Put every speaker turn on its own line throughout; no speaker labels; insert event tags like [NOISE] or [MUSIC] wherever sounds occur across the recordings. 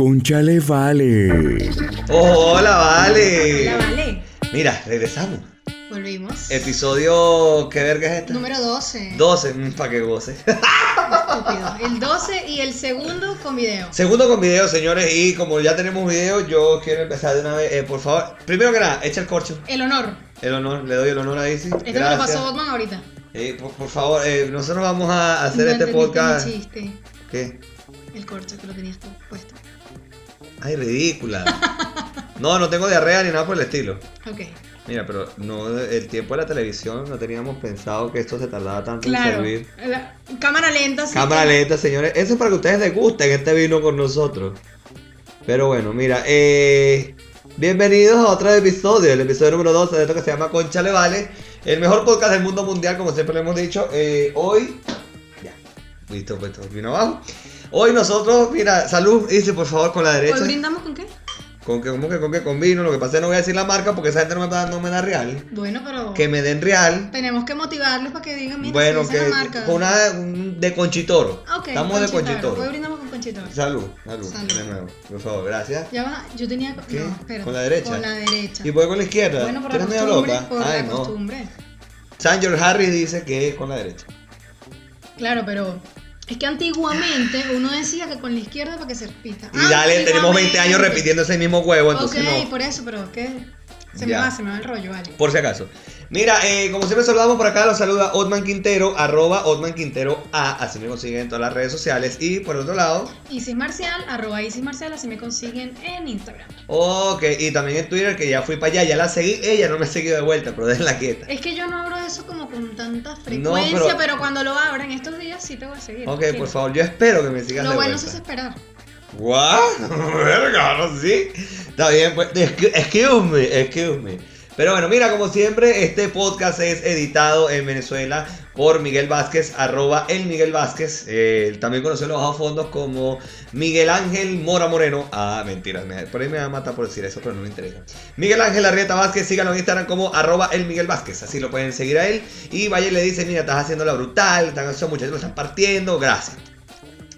Conchale Vale.
Hola, vale.
Hola, vale.
Mira, regresamos.
Volvimos.
Episodio, ¿qué verga es esta?
Número 12.
12, para que goces.
Estúpido. El 12 y el segundo con video.
[LAUGHS] Segundo con video, señores, y como ya tenemos video, yo quiero empezar de una vez. Eh, por favor, primero que nada, echa el corcho.
El honor.
El honor, le doy el honor a Izzy.
Esto me lo pasó Botman ahorita.
Eh, por, por favor, eh, nosotros vamos a hacer
No
este
entendiste mi
podcast.
chiste.
¿Qué?
El corcho que lo tenías tú puesto.
Ay,
[LAUGHS]
ridícula. No, no tengo diarrea ni nada por el estilo.
Ok.
Mira, pero no, el tiempo de la televisión no teníamos pensado que esto se tardaba tanto en
Claro.
servir.
La- cámara lenta. sí.
Cámara lenta, señores. Eso es para que ustedes degusten este vino con nosotros. Pero bueno, mira, eh, bienvenidos a otro episodio, el episodio número 12 de esto que se llama Concha Le Vale, el mejor podcast del mundo mundial, como siempre le hemos dicho. Eh, hoy, ya, listo, pues todo vino abajo. Hoy nosotros, mira, salud, dice por favor con la
¿Hoy
derecha.
brindamos con qué?
Con que, ¿Cómo que con que con vino? Lo que pasa es que no voy a decir la marca porque esa gente no me da, no me da real.
Bueno, pero
Que me den real.
tenemos que motivarlos para que digan, mira,
Bueno,
si
que
esa es la marca.
con una un- de conchitoro.
Ok,
Estamos de
Conchitoro.
conchitoro.
Hoy brindamos con conchitoro.
Salud, salud,
Salud.
de nuevo, por favor, gracias.
Ya vas a- yo tenía...
¿Qué?
No, espérate.
¿Con la derecha?
Con la derecha.
¿Y voy con la izquierda?
Bueno, por
¿Tú
la
eres medio
costumbre.
loca?
Por
Ay,
la
no.
costumbre.
San George Harris dice que es con la derecha.
Claro, pero es que antiguamente uno decía que con la izquierda para que se repita.
Y dale, tenemos 20 años repitiendo ese mismo huevo, entonces
Ah, ok,
no.
por eso, pero es que se
Ya.
me va, se me va el rollo, vale.
Por si acaso. Mira, eh, como siempre saludamos por acá, los saluda Otman Quintero, arroba Otman Quintero A, así me consiguen en todas las redes sociales. Y por otro lado,
Isis Marcial, arroba Isis Marcial, así me consiguen en Instagram.
ok, y también en Twitter, que ya fui para allá, ya la seguí, ella no me ha seguido de vuelta, pero déjenla quieta.
Es que yo no abro eso como con tanta
pero-
frecuencia, pero... cuando lo abra en estos días sí te voy a seguir.
Ok,
tranquilo.
por favor, yo espero que me sigas
Lo
de
bueno
vuelta.
es esperar.
¿What? [LAUGHS] Verga, ahora sí. Está bien, pues. excu- Excuse me, excuse me. Pero bueno, mira, como siempre, este podcast es editado en Venezuela por Miguel Vázquez, arroba el Miguel Vázquez, eh, también conocido en los bajos fondos como Miguel Ángel Mora Moreno. Ah, mentira, me- por ahí me va a matar por decir eso, pero no me interesa. Miguel Ángel Arrieta Vázquez, síganlo en Instagram como arroba el Miguel Vázquez, así lo pueden seguir a él. Y vaya y le dice, mira, estás haciendo la brutal, están, esos muchachos lo están partiendo, gracias.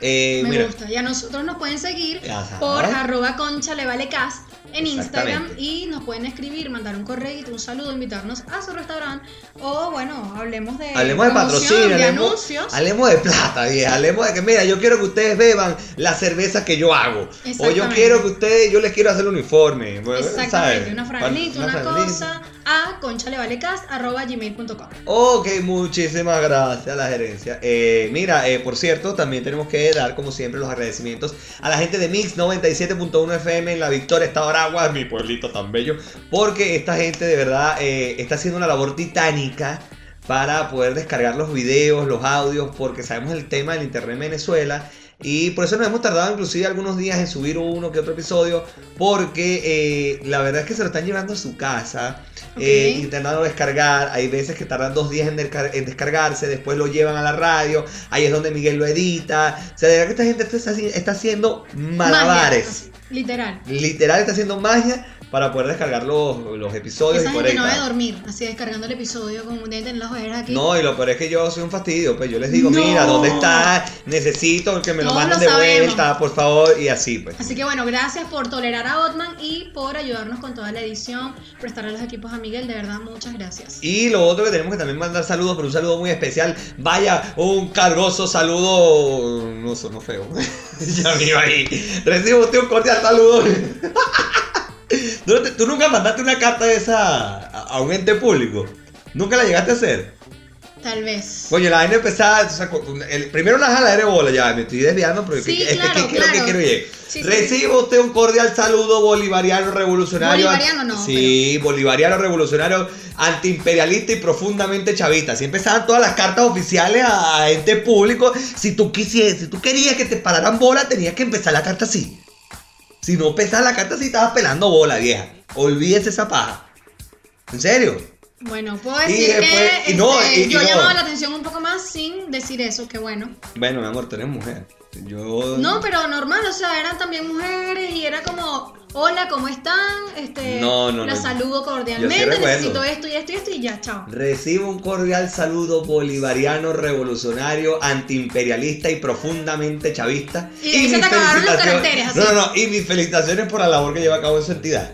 Eh,
me
mira.
gusta. Y a nosotros nos pueden seguir
Ajá.
por arroba concha le vale cast en Instagram
Exactamente.
y nos pueden escribir, mandar un correo, un saludo, invitarnos a su restaurante o bueno, hablemos de
Hablemos de
promoción,
patrocinio,
de
hablemos-
anuncios.
Hablemos de plata, vieja. Hablemos de que, mira, yo quiero que ustedes beban la cerveza que yo hago. O yo
Exactamente.
quiero que ustedes, yo les quiero hacer un uniforme. bueno,
Exactamente,
¿sabes?
una franelita, una,
franelita.
cosa a conchalevalecast arroba gmail.com.
Ok, muchísimas gracias a la gerencia. Eh, mira, eh, por cierto, también tenemos que dar, como siempre, los agradecimientos a la gente de Mix 97.1 FM en La Victoria, Estado Aragua, mi pueblito tan bello, porque esta gente de verdad eh, está haciendo una labor titánica para poder descargar los videos, los audios, porque sabemos el tema del internet en Venezuela. Y por eso nos hemos tardado inclusive algunos días en subir uno que otro episodio, porque eh, la verdad es que se lo están llevando a su casa,
Ok.
eh, intentando descargar, hay veces que tardan dos días en, descar- en descargarse, después lo llevan a la radio, ahí es donde Miguel lo edita, o sea, de verdad que esta gente está, haci- está haciendo malabares,
Magia, así, literal.
literal está haciendo magia para poder descargar los, los episodios
Esa
y poder
gente no debe
editar.
dormir, así descargando el episodio con deben tener las ojeras aquí.
No, y lo peor es que yo soy un fastidio, pues yo les digo,
No.
mira, ¿dónde está? Necesito que me lo
Todos
manden
lo
de
sabemos.
vuelta, por favor, y así pues.
Así que bueno, gracias por tolerar a Otman y por ayudarnos con toda la edición, prestarle los equipos a Miguel, de verdad, muchas gracias.
Y lo otro que tenemos que también mandar saludos, pero un saludo muy especial. Vaya, un cargoso saludo. No sonó feo. [LAUGHS] ya me iba ahí. Recibe usted un cordial saludo. [LAUGHS] ¿Tú, no te- tú nunca mandaste una carta de esa a, a un ente público? ¿Nunca la llegaste a hacer?
Tal vez.
Coño, la vaina empezaba. o sea, con- el, primero una jala de bola, ya me estoy desviando, pero
Sí,
es que,
claro,
es que, quiero que
claro.
quiero llegar.
Sí, sí,
Reciba usted un cordial saludo bolivariano revolucionario.
Bolivariano no,
Sí, bolivariano revolucionario, antiimperialista y profundamente chavista. Así empezaban todas las cartas oficiales a, a ente público. Si tú quisieras, si tú querías que te pararan bola, tenías que empezar la carta así. Si no empezabas la carta así, estabas pelando bola, vieja. Olvídese esa paja. ¿En serio?
Bueno, puedo
Y
decir
después-
que
y no,
este,
y- y
yo
no.
llamaba la atención un poco más sin decir eso, que bueno.
Bueno, mi amor, tú eres mujer. Yo.
No, pero normal, o sea, eran también mujeres y era como, hola, ¿cómo están? Este,
No, no,
los
no.
saludo cordialmente,
recuerdo.
necesito esto y esto y esto y ya, chao.
Recibo un cordial saludo bolivariano, revolucionario, antiimperialista y profundamente chavista.
Y se te acabaron los
felicitaciones-
caracteres, así.
No, no, no. Y mis felicitaciones por la labor que lleva a cabo en su entidad.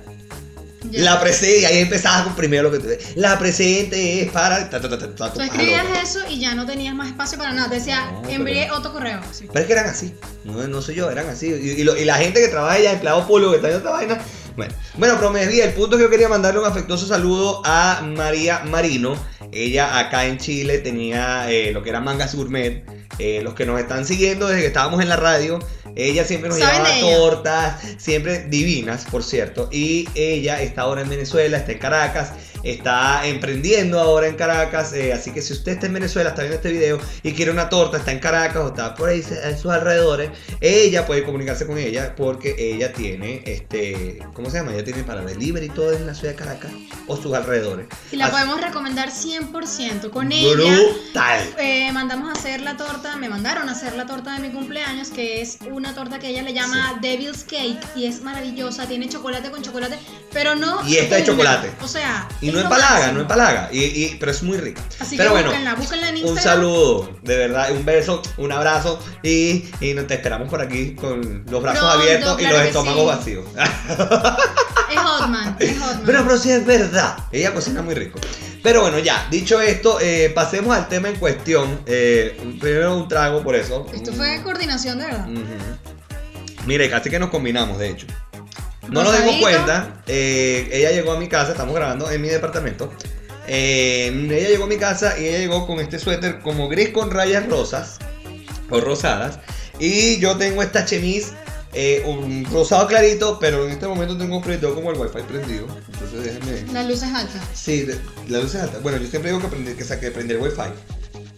Ya.
La presente, y ahí empezabas con primero lo que te La presente es para. ta, ta, ta, ta, ta,
Tú
ah,
escribías
loco.
eso y ya no tenías más espacio para nada. Te decía,
No, pero-
envié otro correo. así.
Pero es que eran así. No, no soy yo, eran así. Y, y lo- y la gente que trabaja ya, empleado público que está en esta vaina. Bueno, bueno, pero me desvía. El punto es que yo quería mandarle un afectuoso saludo a María Marino. Ella acá en Chile tenía eh, lo que era Mangas Gourmet. Eh, los que nos están siguiendo desde que estábamos en la radio, ella siempre nos
Saben
llevaba
de ella.
tortas, siempre divinas, por cierto. Y ella está ahora en Venezuela, está en Caracas, está emprendiendo ahora en Caracas. eh, así que si usted está en Venezuela, está viendo este video y quiere una torta, está en Caracas o está por ahí en sus alrededores, ella puede comunicarse con ella porque ella tiene, este, ¿cómo se llama? Ella tiene para delivery y todo en la ciudad de Caracas o sus alrededores.
Y la
Así-
podemos recomendar 100%. Con ella
Brutal.
eh, mandamos a hacer la torta, me mandaron a hacer la torta de mi cumpleaños, que es una torta que ella le llama Devil's Cake y es maravillosa. Tiene chocolate con chocolate, pero no.
Y esta de
pugna.
chocolate.
O sea.
Y no
es lo
empalaga,
máximo.
no empalaga. Y, y- pero es muy rica.
Así
pero
que
bueno,
búsquenla, búsquenla en
Un
Instagram.
saludo, de verdad, un beso, un abrazo y, y nos te esperamos por aquí con los brazos
Pronto,
abiertos y
claro
los
que
estómagos
sí.
vacíos. Ah,
Es Hotman,
[LAUGHS]
es Hotman.
pero, pero sí es verdad, ella cocina muy rico. Pero bueno, ya, dicho esto, eh, pasemos al tema en cuestión. Eh, primero un trago por eso.
Esto fue coordinación de verdad.
Ujú. Mire, casi que nos combinamos, de hecho. No nos
Rosadito.
dimos cuenta. eh, ella llegó a mi casa, estamos grabando en mi departamento. Eh, ella llegó a mi casa y ella llegó con este suéter como gris con rayas rosas o rosadas. Y yo tengo esta chemise, eh, un rosado clarito, pero en este momento tengo un proyector como el wifi prendido. Entonces déjenme.
Las luces altas.
Sí, de- la luz es alta. Bueno, yo siempre digo que prende, que saque prender wifi.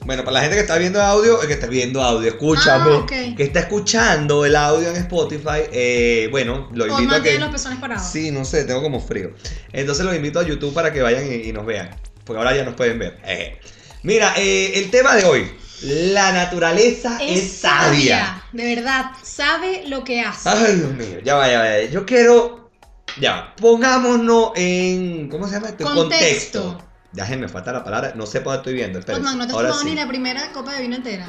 Bueno, para la gente que está viendo audio, eh, que está viendo audio, escúchame,
Ah, ok.
que está escuchando el audio en Spotify, eh, bueno, lo invito
Hotman
a que
tiene los pezones parados.
Sí, no sé, tengo como frío. Entonces los invito a YouTube para que vayan y, y nos vean, porque ahora ya nos pueden ver. Eh. Mira, eh, el tema de hoy, la naturaleza es, sabia. Ah,
De verdad, sabe lo que hace.
Ay, Dios mío, ya va, ya va, ya va. Yo quiero, ya va, pongámonos en, ¿cómo se llama esto? En
Contexto.
Ya se me falta la palabra, no sé por dónde estoy viendo, espérense.
Otman, no te has
Ahora
tomado
sí.
ni la primera copa de vino entera.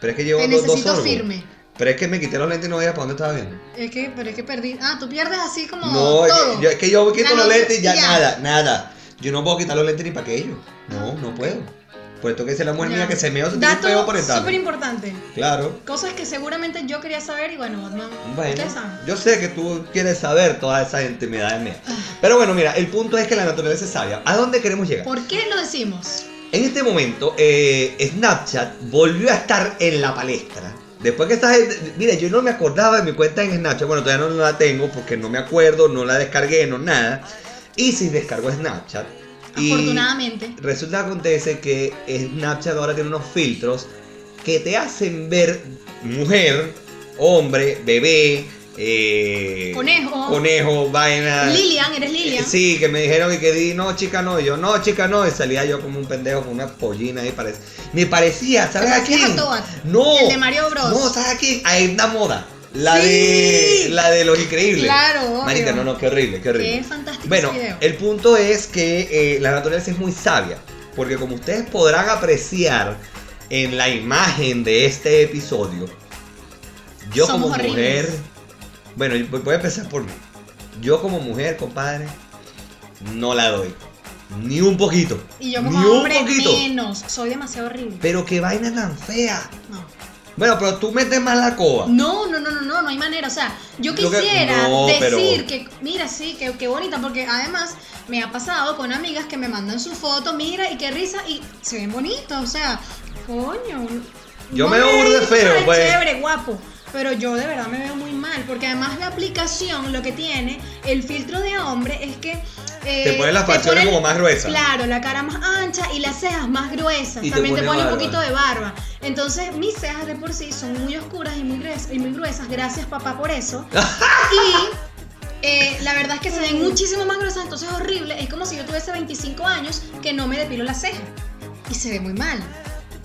Pero es que llevo
Te
dos, dos
necesito
sorbos.
firme.
Pero es que me quité los lentes y no veía para dónde estaba viendo.
Es que, pero es que perdí. Ah, tú pierdes así como
No, es
todo.
que, yo, es que yo me quito
La
los
luz-
lentes y ya,
ya.
nada, nada. Yo no puedo quitar los lentes ni para aquello. No, no puedo. Por esto que dice la mujer
Ah. Ya.
mía que se me hace un peo
Dato
por estar.
súper importante.
Claro.
Cosas que seguramente yo quería saber y bueno, Otman,
Bueno,
ustedes saben.
yo sé que tú quieres saber todas esas intimidades mías.
Ah.
Pero bueno, mira, el punto es que la naturaleza es sabia. ¿A dónde queremos llegar?
¿Por qué lo decimos?
En este momento, eh, Snapchat volvió a estar en la palestra. Después que esta gente, mira, yo no me acordaba de mi cuenta en Snapchat. Bueno, todavía no la tengo porque no me acuerdo, no la descargué, no nada. Isis descargó Snapchat. Y
Afortunadamente.
resulta que acontece que Snapchat ahora tiene unos filtros que te hacen ver mujer, hombre, bebé, eh,
Conejo.
conejo, vaina.
Lilian, eres Lilian.
Eh, Sí, que me dijeron y que di, no, chica, no, y yo, no, chica, no, y salía yo como un pendejo con una pollina ahí, parece. Me parecía,
Te
¿sabes a
parecías
quién?
a Toad,
No,
El de Mario Bros.
no, ¿sabes a quién? A Edna Moda, la
Sí.
de la de los increíbles.
Claro, obvio.
Marica, no, no, qué horrible, qué horrible.
Qué fantástico
Bueno,
ese video.
el punto es que eh, la naturaleza es muy sabia, porque como ustedes podrán apreciar en la imagen de este episodio, yo
Somos
como
horribles.
mujer, bueno, yo voy voy a empezar por mí. Yo como mujer, compadre, no la doy. Ni un poquito.
Y yo como
ni un
hombre
poquito.
menos. Soy demasiado horrible.
Pero qué vaina tan fea.
No.
Bueno, pero tú metes más la coba.
No, no, no, no, no, no hay manera. O sea, yo
Yo que-
quisiera
no, pero-
decir que, mira, sí, que, que bonita, porque además me ha pasado con amigas que me mandan su foto, mira, y qué risa, y se ven bonitos, o sea, coño.
Yo
no
me veo burda de
digas,
feo,
"Ay,
pues".
Chévere, guapo. Pero yo de verdad me veo muy mal, porque además la aplicación lo que tiene, el filtro de hombre, es que. eh,
Te ponen las facciones como más gruesas.
Claro, la cara más ancha y las cejas más gruesas.
Y te
También te
pone
pone un
barba.
poquito de barba. Entonces, mis cejas de por sí son muy oscuras y muy gruesas. Y muy gruesas. Gracias, papá,
[LAUGHS]
por eso. y eh, la verdad es que se ven muchísimo más gruesas, entonces es horrible. Es como si yo tuviese 25 años que no me depilo la ceja. Y se ve muy mal.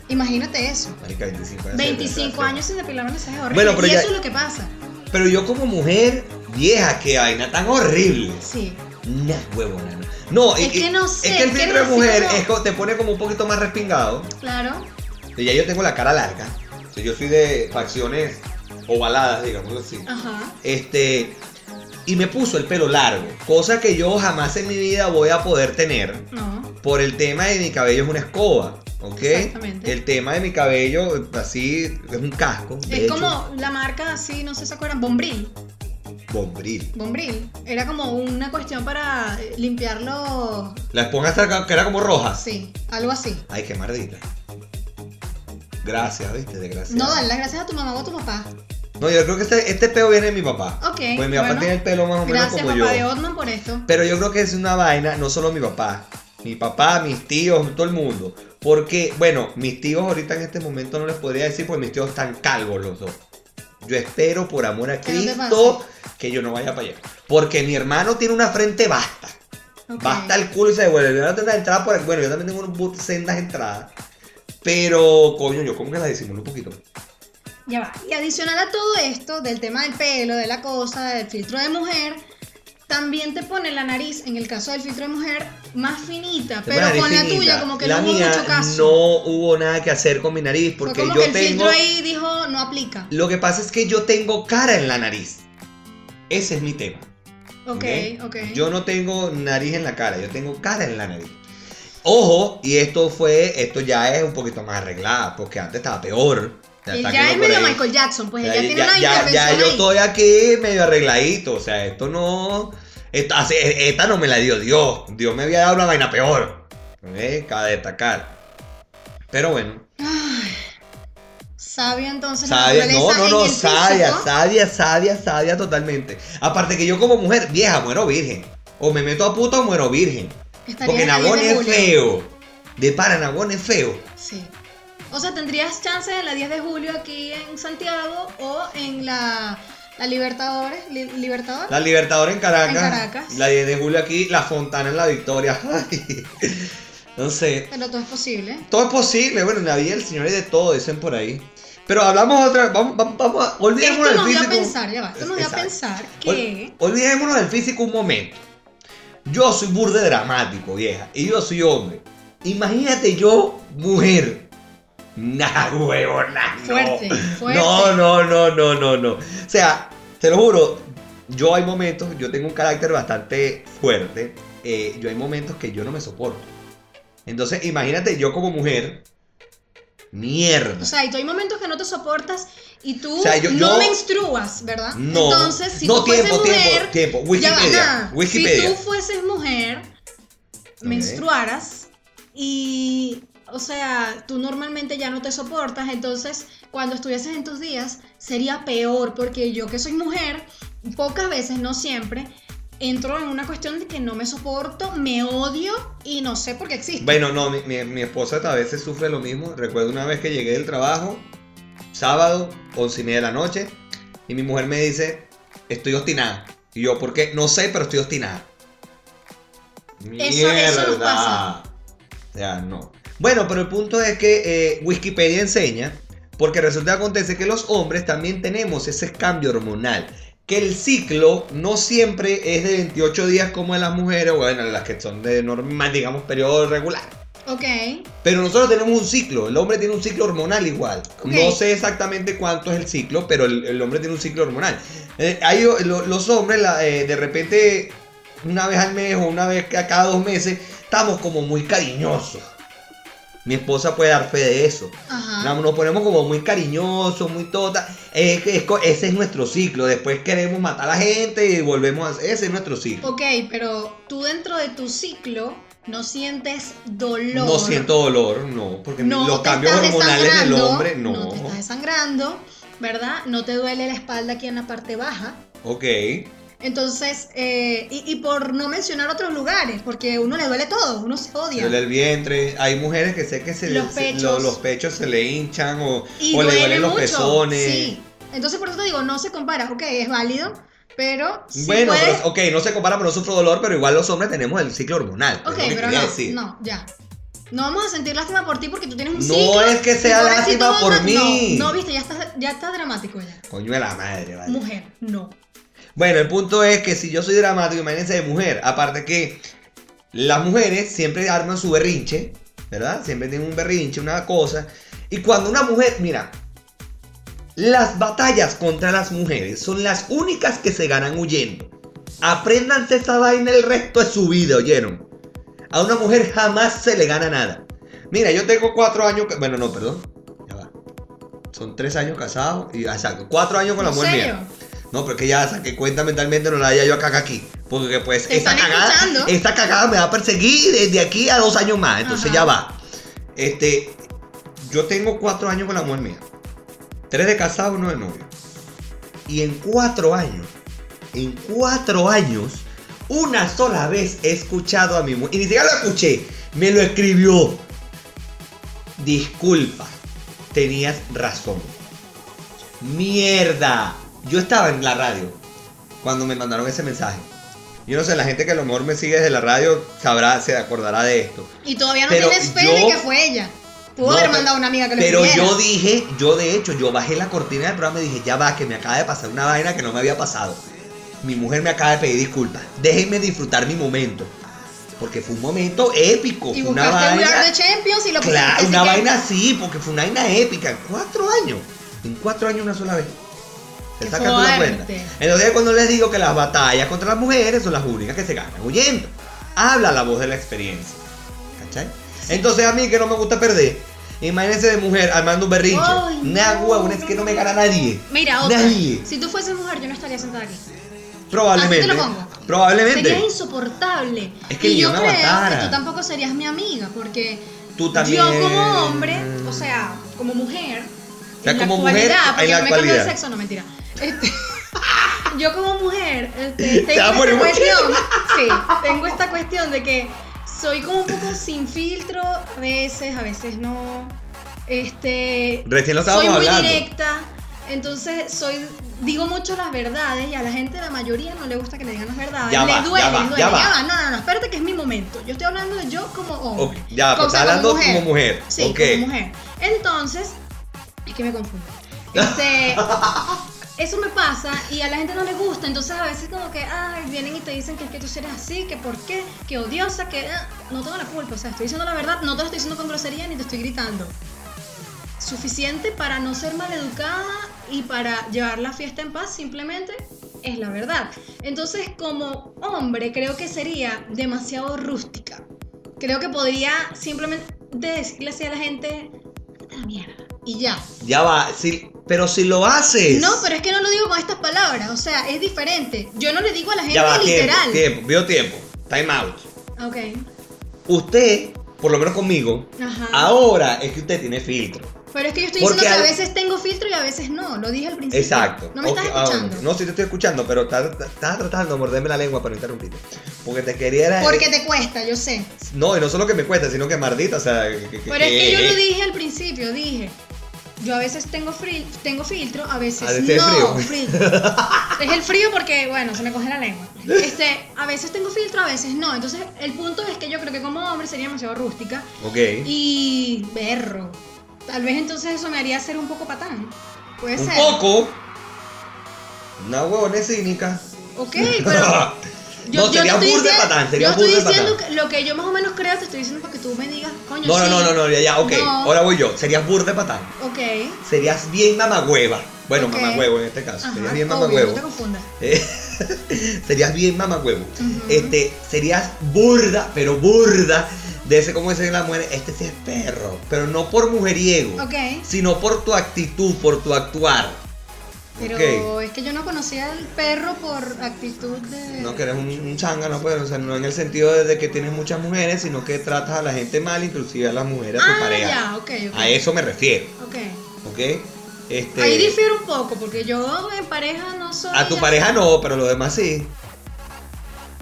Imagínate eso.
Marica, 25 años.
25 años sin depilarme la ceja es horrible.
Bueno, pero
y
ya-
eso es lo que pasa.
Pero yo como mujer, vieja, qué vaina tan horrible.
Sí.
Nah, huevona. No,
Es
y-
que no
y-
sé,
Es que el
es que
filtro de
no sé
mujer
cómo-
es co- te pone como un poquito más respingado.
Claro.
Y ya yo tengo la cara larga. O sea, yo soy de facciones ovaladas, digamos así.
Ajá.
Este. Y me puso el pelo largo. Cosa que yo jamás en mi vida voy a poder tener.
No.
Por el tema de mi cabello es una escoba. ¿Ok?
Exactamente.
El tema de mi cabello, eh, así, es un casco. de
es
hecho,
como la marca así, no sé si se acuerdan, Bombril.
Bombril.
Bombril. Era como una cuestión para eh, limpiarlo.
La esponja esta ca- que era como roja.
Sí, algo así.
Ay, qué mardita. Gracias, viste, desgraciado.
No, dale las gracias a tu mamá o a tu papá.
No, yo creo que este, este peo viene de mi papá.
Ok,
Pues mi papá
bueno.
tiene el pelo más o menos
Gracias,
como
papá
yo.
de Otman, por esto.
Pero yo creo que es una vaina, no solo mi papá, mi papá, mis tíos, todo el mundo. Porque, bueno, mis tíos ahorita en este momento no les podría decir porque mis tíos están calvos los dos. Yo espero por amor a
Que no te
Cristo que yo no vaya para allá. Porque mi hermano tiene una frente basta.
Ok.
Basta el culo y se devuelve. Yo no tengo entrada por Bueno, yo también tengo unas bu- sendas entradas. Pero, coño, yo como que la disimulo un poquito.
Ya va. Y adicional a todo esto, del tema del pelo, de la cosa, del filtro de mujer, también te pone la nariz, en el caso del filtro de mujer, más finita, pero
nariz
con la
finita.
tuya como que
La
no hubo
mía
mucho caso.
no hubo nada que hacer con mi nariz
Fue
porque
como
yo
que el
tengo...
filtro ahí dijo, no aplica.
Lo que pasa es que yo tengo cara en la nariz. Ese es mi tema.
Ok,
Ok.
ok.
Yo no tengo nariz en la cara, yo tengo cara en la nariz. Ojo, y esto fue, esto ya es un poquito más arreglado, porque antes estaba peor.
Y
está
ya
que
es
no
medio
por ahí.
Michael Jackson, pues
Ya-
ella tiene una
ya, ya
intervención
yo
ahí.
estoy aquí medio arregladito, o sea, esto no... Esta, así- esta no me la dio Dios, Dios me había dado una vaina peor. ¿ok? Cabe destacar. Pero bueno,
Ay, Sabia entonces la
Sabia, no,
naturaleza
no,
en
no,
el
sabia,
físico.
sabia, sabia, sabia totalmente. Aparte que yo como mujer vieja muero virgen. O me meto a puta o muero virgen.
Estaría
Porque
en la
Nabón
10 de
es
julio.
feo. De para, Nabón es feo.
Sí. O sea, tendrías chances en la 10 de julio aquí en Santiago o en la, la Libertadores. Li- ¿Libertador?
La Libertadora en Caracas.
En Caracas.
La 10 de julio aquí, la Fontana en la Victoria. [LAUGHS] Ay, no sé.
Pero todo es posible.
Todo es posible, bueno, en la vida el Señor es de todo, dicen por ahí. Pero hablamos otra vamos, vamos, vamos a... Olvidémonos
Esto
del
nos dio a
físico.
pensar, ya va. Esto nos dio a
Exacto.
pensar que.
Ol- olvidémonos del físico un momento. Yo soy burde dramático, vieja. Y yo soy hombre. Imagínate yo, mujer. Nah, huevona. No.
Fuerte, fuerte.
No, no, no, no, no, no. O sea, te lo juro, yo hay momentos, yo tengo un carácter bastante fuerte. eh, yo hay momentos que yo no me soporto. Entonces, imagínate yo como mujer. Mierda.
O sea, y tú hay momentos que no te soportas y tú
O sea, yo-
no
yo-
menstruas, ¿verdad?
no.
Entonces, si
no,
tú
tiempo,
fueses
tiempo,
mujer.
tiempo.
ya va,
Wikipedia.
nada.
Wikipedia.
Si tú fueses mujer, menstruaras y. O sea, tú normalmente ya no te soportas, entonces cuando estuvieses en tus días sería peor, porque yo que soy mujer, pocas veces, no siempre, entro en una cuestión de que no me soporto, me odio y no sé por qué existe.
Bueno, no, mi, mi- mi esposa a veces sufre lo mismo. Recuerdo una vez que llegué del trabajo, sábado, once y media de la noche, y mi mujer me dice, estoy obstinada. Y yo, ¿por qué? No sé, pero estoy obstinada.
Eso- eso nos
Mierda.
pasa.
O sea, no. Bueno, pero el punto es que eh, Wikipedia enseña, porque resulta que acontece que los hombres también tenemos ese cambio hormonal. Que el ciclo no siempre es de 28 días como en las mujeres, bueno, las que son de normal, digamos, periodo regular.
Ok,
Pero nosotros tenemos un ciclo, el hombre tiene un ciclo hormonal igual.
Ok.
No sé exactamente cuánto es el ciclo, pero el, el hombre tiene un ciclo hormonal. Eh, hay, o- lo- los hombres la- eh, de repente, una vez al mes o una vez ca- cada dos meses, estamos como muy cariñosos. Mi esposa puede dar fe de eso.
ajá.
Nos nos ponemos como muy cariñosos, muy tota. Es- es co- ese es nuestro ciclo. Después queremos matar a la gente y volvemos a... Ese es nuestro ciclo.
Ok, pero tú dentro de tu ciclo no sientes dolor.
No siento dolor, no, porque
No
los
te
cambios
estás
hormonales del
desangrando,
hombre, no.
No te estás desangrando, ¿verdad? No te duele la espalda aquí en la parte baja.
Ok.
Entonces, eh, y, y por no mencionar otros lugares, porque a uno le duele todo, uno se odia.
Duele el vientre. Hay mujeres que sé que se
Los
le- se-
pechos.
lo- los pechos se le hinchan o,
y
o le
duele
duelen los
mucho,
pezones.
Sí. Entonces, por eso te digo, no se compara. Ok, es válido, pero si
bueno,
puedes...
pero, ok, no se compara, pero no sufro dolor, pero igual los hombres tenemos el ciclo hormonal. es
ok,
lo que
pero
quería
no,
decir.
no, ya. No vamos a sentir lástima por ti porque tú tienes un
No
ciclo.
es que sea
y pobrecito
lástima por
Botox,
mí.
No, no, viste, ya está, ya está dramático ya.
Coño de la madre, vale.
Mujer, no.
Bueno, el punto es que si yo soy dramático, imagínense de mujer. Aparte que las mujeres siempre arman su berrinche, ¿verdad? Siempre tienen un berrinche, una cosa. Y cuando una mujer, mira, las batallas contra las mujeres son las únicas que se ganan huyendo. Apréndanse esta vaina el resto de su vida, ¿oyeron? A una mujer jamás se le gana nada. Mira, yo tengo cuatro años, ca- bueno, no, perdón. Ya va. Son tres años casados y, exacto, cuatro años con la
¿En
mujer mía.
serio?
No, pero es que ya saqué cuenta mentalmente, no la haya yo a cagar aquí. Porque pues
Te
esta
están
cagada,
escuchando.
esta cagada me va a perseguir desde aquí a dos años más. Entonces
Ajá.
ya va. Este, yo tengo cuatro años con la mujer mía. Tres de casado, uno de novio. Y en cuatro años, en cuatro años, una sola vez he escuchado a mi mujer. Y ni siquiera lo escuché, me lo escribió. Disculpa, tenías razón. Mierda. Yo estaba en la radio cuando me mandaron ese mensaje. Yo no sé, la gente que a lo mejor me sigue desde la radio sabrá, se acordará de esto.
Y todavía no
Pero
tienes fe de
yo-
que fue ella. Pudo
No,
haber
pero-
mandado a una amiga que lo
Pero
escribiera.
yo dije, yo de hecho, yo bajé la cortina del programa y dije, ya va, que me acaba de pasar una vaina que no me había pasado. Mi mujer me acaba de pedir disculpas. Déjenme disfrutar mi momento. Porque fue un momento épico.
Y
fue una
buscaste un
vaina.
lugar de Champions y lo pusiste
Claro,
así
una
que-
vaina así, porque fue una vaina épica. En cuatro años. En cuatro años una sola vez.
Qué
¿Te sacas tú la cuenta?
fuerte.
Entonces cuando les digo que las batallas contra las mujeres son las únicas que se ganan huyendo. Habla la voz de la experiencia. ¿Cachai? Entonces a mí que no me gusta perder. Imagínense de mujer armando un berrinche.
Ay,
Una
no,
huevona, es que no me gana nadie.
Mira, otra.
Nadie.
Si tú fueses mujer, yo no estaría sentada aquí.
Probablemente.
Así te lo pongo. Serías
Probablemente.
insoportable.
Es que
y
yo
yo
no
creo
aguantara.
que tú tampoco serías mi amiga, porque
Tú también.
yo como hombre, o sea, como mujer,
O sea,
en
como
la
mujer,
actualidad,
en
porque
la
no me cambió el
actualidad.
sexo, no mentira. Este, [LAUGHS] yo como mujer, este,
[LAUGHS] Te va a
tengo
poner
esta
un-
cuestión,
[LAUGHS]
sí, tengo esta cuestión de que soy como un poco sin filtro, a veces, a veces no. Este,
Recién lo
soy
estábamos
muy
hablando.
directa, entonces soy digo mucho las verdades y a la gente, la mayoría, no le gusta que le digan las verdades.
Ya
le
va, ya
duele,
va,
le duele.
ya va.
No, no, no, espérate que es mi momento. Yo estoy hablando de yo como hombre.
Ok, ya, pero
O
estás
sea,
hablando como mujer.
Sí,
ok.
como mujer. Entonces, es que me confundo. Este, eso me pasa y a la gente no le gusta, entonces a veces como que, ay, vienen y te dicen que es que tú sí eres así, que por qué, que odiosa, que ah, no tengo la culpa, o sea, estoy diciendo la verdad, no te lo estoy diciendo con grosería ni te estoy gritando. Suficiente para no ser maleducada y para llevar la fiesta en paz, simplemente es la verdad. Entonces, como hombre, creo que sería demasiado rústica. Creo que podría simplemente decirle así a la gente, "Ah, la mierda, y ya.
Ya va, sí, pero si lo haces.
No, pero es que no lo digo con estas palabras, o sea, es diferente. Yo no le digo a la gente
Ya va, tiempo,
literal.
tiempo, vio tiempo. Time out.
Ok,
Usted, por lo menos conmigo,
ajá.
ahora es que usted tiene filtro.
pero es que yo estoy
porque
diciendo que a
al-
veces tengo filtro y a veces no, lo dije al principio.
Exacto.
No me
Ok, ah,
estás escuchando.
no, sí te estoy escuchando, pero estás estás tratando de morderme la lengua para no interrumpirte. Porque te quería era- eh,
Porque te cuesta, yo sé.
No, y no solo que me cuesta, sino que mardita, o sea... que- que-
Pero es que yo lo
eh,
dije al principio, dije. Yo a veces tengo, fri- tengo filtro, a veces,
A veces
no.
es
frío. es el frío porque, bueno, se me coge la lengua. Este, a veces tengo filtro, a veces no. Entonces, el punto es que yo creo que como hombre sería demasiado rústica.
Ok.
Y berro. Tal vez entonces eso me haría ser un poco patán. Puede
Un
ser.
poco... Una huevona es cínica. [LAUGHS]
Ok, pero.
No, sería burda de patán, sería
yo estoy
burda de
diciendo
patán.
que lo que yo más o menos creo, te estoy diciendo para que tú me digas, coño.
No, no,
sí.
no, no, no, ya, ya, ok.
No.
Ahora voy yo. Serías burde patán.
Ok.
Serías bien mamagüeva. Bueno,
Ok.
mamagüevo en este caso.
Ajá,
serías bien
obvio,
mamagüevo.
no te confundas.
Eh, [LAUGHS] serías bien mamagüevo.
Ujú.
Este, serías burda, pero burda. De ese, como dicen las mujeres, este sí es perro. Pero no por mujeriego,
Ok.
sino por tu actitud, por tu actuar.
Pero
Ok.
es que yo no conocía al perro por actitud de.
No que eres un, un zángano, pues, o sea, no en el sentido de de que tienes muchas mujeres, sino que tratas a la gente mal, inclusive a las mujeres, a tu
ah,
pareja.
ya, ok, ok.
A eso me refiero,
Ok.
¿ok? Este,
Ahí difiero un poco, porque yo en pareja no soy.
a tu pareja no, pero los demás sí.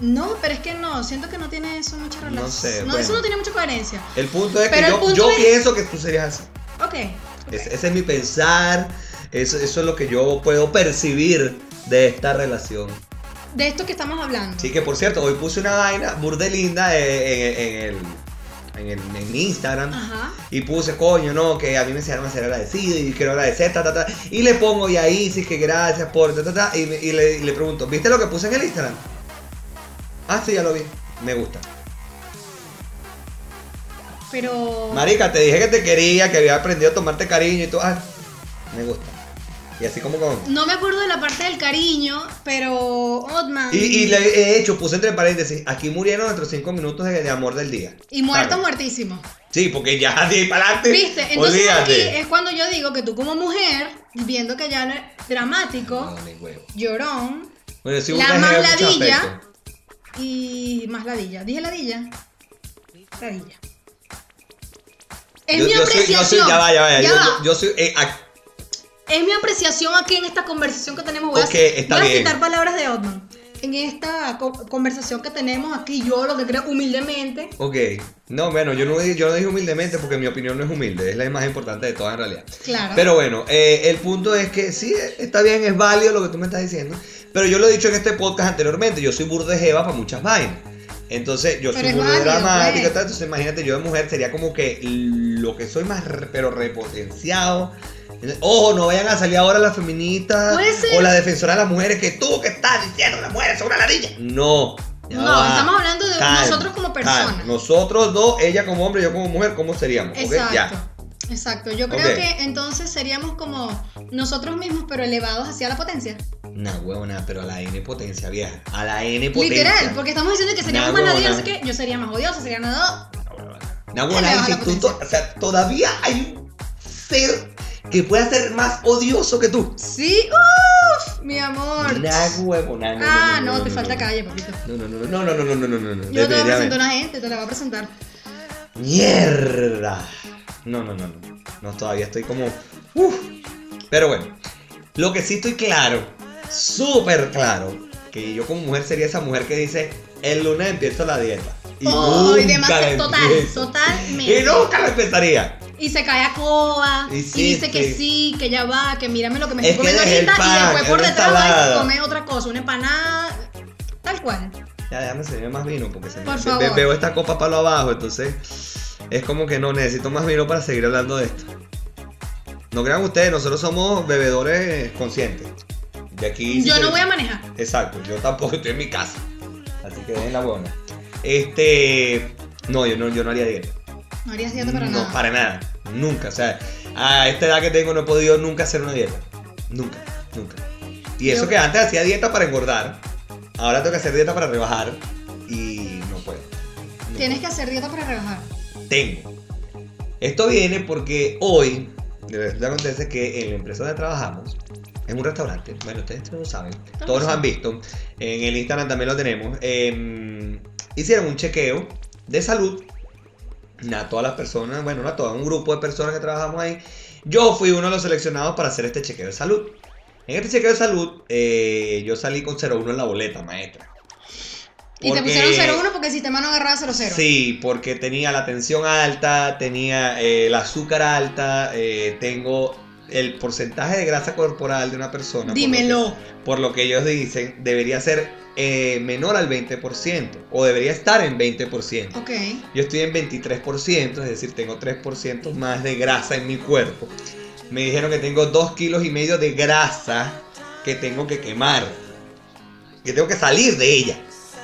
No, pero es que no, siento que no tiene eso mucha
No
relación. No,
sé, bueno.
eso no tiene mucha coherencia.
El punto es
Pero
que
el
yo,
punto
yo
es-
pienso que tú serías así.
Ok. ok.
Es- ese es mi pensar, eso, eso es lo que yo puedo percibir de esta relación.
De esto que estamos hablando.
Así que, por cierto, hoy puse una vaina burde linda eh, en, en el, en, el, en mi Instagram.
Ajá.
Y puse, coño, no, que a mí me enseñaron a ser agradecido y quiero agradecer, ta, ta, ta. Y le pongo, y ahí sí que gracias por, ta, ta, ta. Y, me- y le, y le pregunto, ¿viste lo que puse en el Instagram? Ah, sí, ya lo vi. Me gusta.
Pero.
Marica, te dije que te quería, que había aprendido a tomarte cariño y tú, ah, me gusta. Y así como con...
No me acuerdo de la parte del cariño, pero. oh, Otman.
Y, y le he hecho, puse entre paréntesis, aquí murieron nuestros 5 minutos de, de amor del día.
Y muerto,
¿Sabes? [LAUGHS]
muertísimo.
Sí, porque ya de ahí para adelante.
¿Viste? Entonces aquí
olvídate.
es cuando yo digo que tú, como mujer, viendo que ya eres dramático,
No, ni huevo.
llorón
Bueno, sí,
La
una jeva en
más
muchos
ladilla.
aspectos.
y más ladilla. ¿Dije ladilla? Ladilla. Es
Yo-
mi
yo soy- yo soy-
apreciación.
ya va, ya va.
Ya
yo,
va.
yo- yo soy. eh, ac-
Es mi apreciación aquí en esta conversación que tenemos. Voy,
Ok,
a,
está
voy a
bien.
citar palabras de Otman. En esta co- conversación que tenemos aquí, yo lo que creo humildemente.
ok. No, bueno, yo no, dije- yo no dije humildemente porque mi opinión no es humilde. Es la más importante de todas en realidad.
Claro.
Pero bueno, eh, el punto es que sí, está bien, es válido lo que tú me estás diciendo. Pero yo lo he dicho en este podcast anteriormente, yo soy burda de jeva para muchas vainas. Entonces, yo
Pero
soy
es
burda de
válido,
dramática,
pues.
tal, entonces imagínate, yo de mujer sería como que lo que soy más, re- pero repotenciado. Ojo, no vayan a salir ahora las feministas
Puede ser.
o las defensoras de las mujeres que tú que estás diciendo las mujeres son una ladilla. No. ya
No,
va.
estamos hablando de
Calma,
nosotros como
calma.
personas.
Nosotros dos, ella como hombre, yo como mujer, ¿cómo seríamos? ¿Ok?
Exacto.
Ya.
Exacto. Yo creo
Ok.
que entonces seríamos como nosotros mismos, pero elevados hacia la potencia.
Nah, huevona, pero a la N potencia, vieja. A la N potencia.
Literal, porque estamos diciendo que seríamos
Nah,
más nadie,
huevona.
no sé qué. Yo sería más odiosa, sería nada.
Nah,
Le
huevona,
baja
dice,
la
tú to- o sea, todavía hay un ser que puede ser más odioso que tú.
Sí, uff, mi amor.
Nah, huevona. no,
ah,
no,
no, te falta
no.
calle, papito.
No, no, no, no, no, no, no, no, no, no, no.
Yo te voy a presentar a
definitivamente.
una gente, te la voy a presentar.
Mierda. No, no, no, no. No, todavía estoy como. Uf. Pero bueno, lo que sí estoy claro, súper claro, que yo como mujer sería esa mujer que dice: el lunes empiezo la dieta. Y
Oh, y demás,
nunca la
total,
empiezo.
totalmente.
Y nunca la empezaría.
Y se cae a coba,
Y
y,
sí,
dice que
sí.
sí, que ya va, que mírame lo que me
Es
estoy
que
comiendo
dejé el
ahorita, y
pan,
después por
era
detrás va y
ensalada.
se come otra cosa, una empanada, tal cual.
Ya, déjame servir más vino porque se me,
Por
se-
favor.
ve- veo esta copa para lo abajo, entonces es como que no necesito más vino para seguir hablando de esto. No crean ustedes, nosotros somos bebedores conscientes. De aquí. sí
Yo
se-
no voy a manejar.
Exacto, yo tampoco estoy en mi casa. Así que dejen la buena. Este. No, yo no, yo no haría dieta.
No harías dieta para
no,
nada.
para nada. Nunca. O sea, a esta edad que tengo no he podido nunca hacer una dieta. Nunca, nunca. Y eso
Yo-
que antes hacía dieta para engordar, ahora tengo que hacer dieta para rebajar y no puedo. No
Tienes que hacer dieta para rebajar.
puedo. Tengo. Esto viene porque hoy, resulta acontece que en la empresa donde trabajamos, es un restaurante, bueno, ustedes lo saben, todos nos
lo
han visto, en el Instagram también lo tenemos, em, hicieron un chequeo de salud a todas las personas, bueno, no a todo un grupo de personas que trabajamos ahí. Yo fui uno de los seleccionados para hacer este chequeo de salud. En este chequeo de salud, eh, yo salí con 0,1 en la boleta, maestra.
Y te
Porque-
pusieron 0-1 porque el sistema no agarraba 0-0.
Sí, porque tenía la tensión alta, tenía eh, el azúcar alta, eh, tengo el porcentaje de grasa corporal de una persona. por lo que-
Dímelo.
por lo que ellos dicen, debería ser eh, menor al 20% o debería estar en 20%.
Ok.
Yo estoy en 23%, es decir, tengo 3% más de grasa en mi cuerpo. Me dijeron que tengo 2 kilos y medio de grasa que tengo que quemar, que tengo que salir de ella.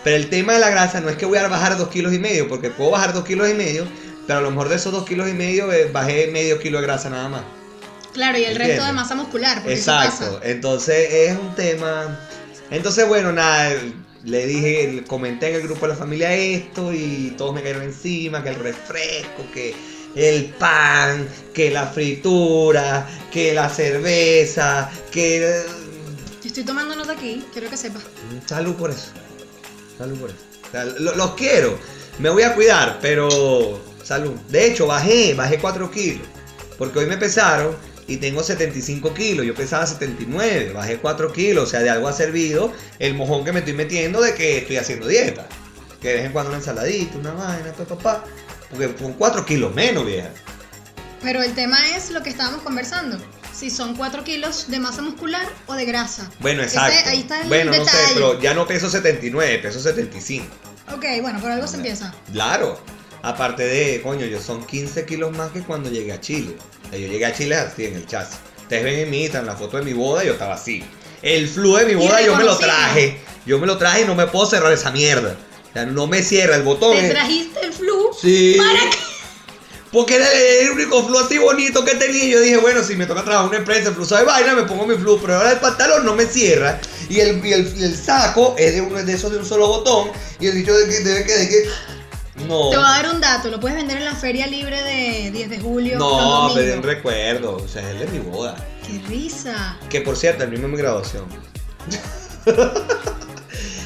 Pero el tema de la grasa no es que voy a bajar 2 kilos y medio, porque puedo bajar 2 kilos y medio, pero a lo mejor de esos 2 kilos y medio eh, bajé medio kilo de grasa nada más.
Claro, y el
Entiendo.
resto de masa muscular. Porque eso
Exacto,
pasa.
entonces es un tema. Entonces, bueno, nada, le dije, le comenté en el grupo de la familia esto y todos me cayeron encima, que el refresco, que el pan, que la fritura, que la cerveza, que...
Yo estoy tomando nota aquí, quiero que sepas.
Salud por eso. Salud por eso. O sea, lo- los quiero, me voy a cuidar, pero salud. De hecho, bajé, bajé 4 kilos. Porque hoy me pesaron y tengo 75 kilos. Yo pesaba 79, bajé 4 kilos. O sea, de algo ha servido el mojón que me estoy metiendo de que estoy haciendo dieta. Que de vez en cuando una ensaladita, una vaina, papá. Porque con 4 kilos menos, vieja.
Pero el tema es lo que estábamos conversando. Si son 4 kilos de masa muscular o de grasa.
Bueno,
Ese-
exacto.
ahí está el
bueno, no sé,
detalle.
pero ya no peso 79, peso 75.
Ok, bueno, por algo se empieza.
Claro. Aparte de, coño, yo son 15 kilos más que cuando llegué a Chile. O sea, yo llegué a Chile así en el chasis. Ustedes ven en mi Instagram la foto de mi boda, yo estaba así. El flu de mi boda yo me lo traje. Yo me lo traje y no me puedo cerrar esa mierda. O sea, no me cierra el botón. eh.
Te
es-
trajiste el flu.
Sí.
¿Para qué?
Porque era el, el único flu así bonito que tenía. Y yo dije, bueno, si me toca trabajar en una empresa, el flu sabe vaina, me pongo mi flu. Pero ahora el pantalón no me cierra. Y el, y el, y el saco es de, uno, de esos de un solo botón. Y el dicho de que debe que. De que no.
Te voy a dar un dato, lo puedes vender en la feria libre de 10 de julio.
No,
los
pero en
domingos.
recuerdo. O sea, es el de mi boda.
Qué risa.
Que por cierto, el mismo en mi
[LAUGHS]
graduación.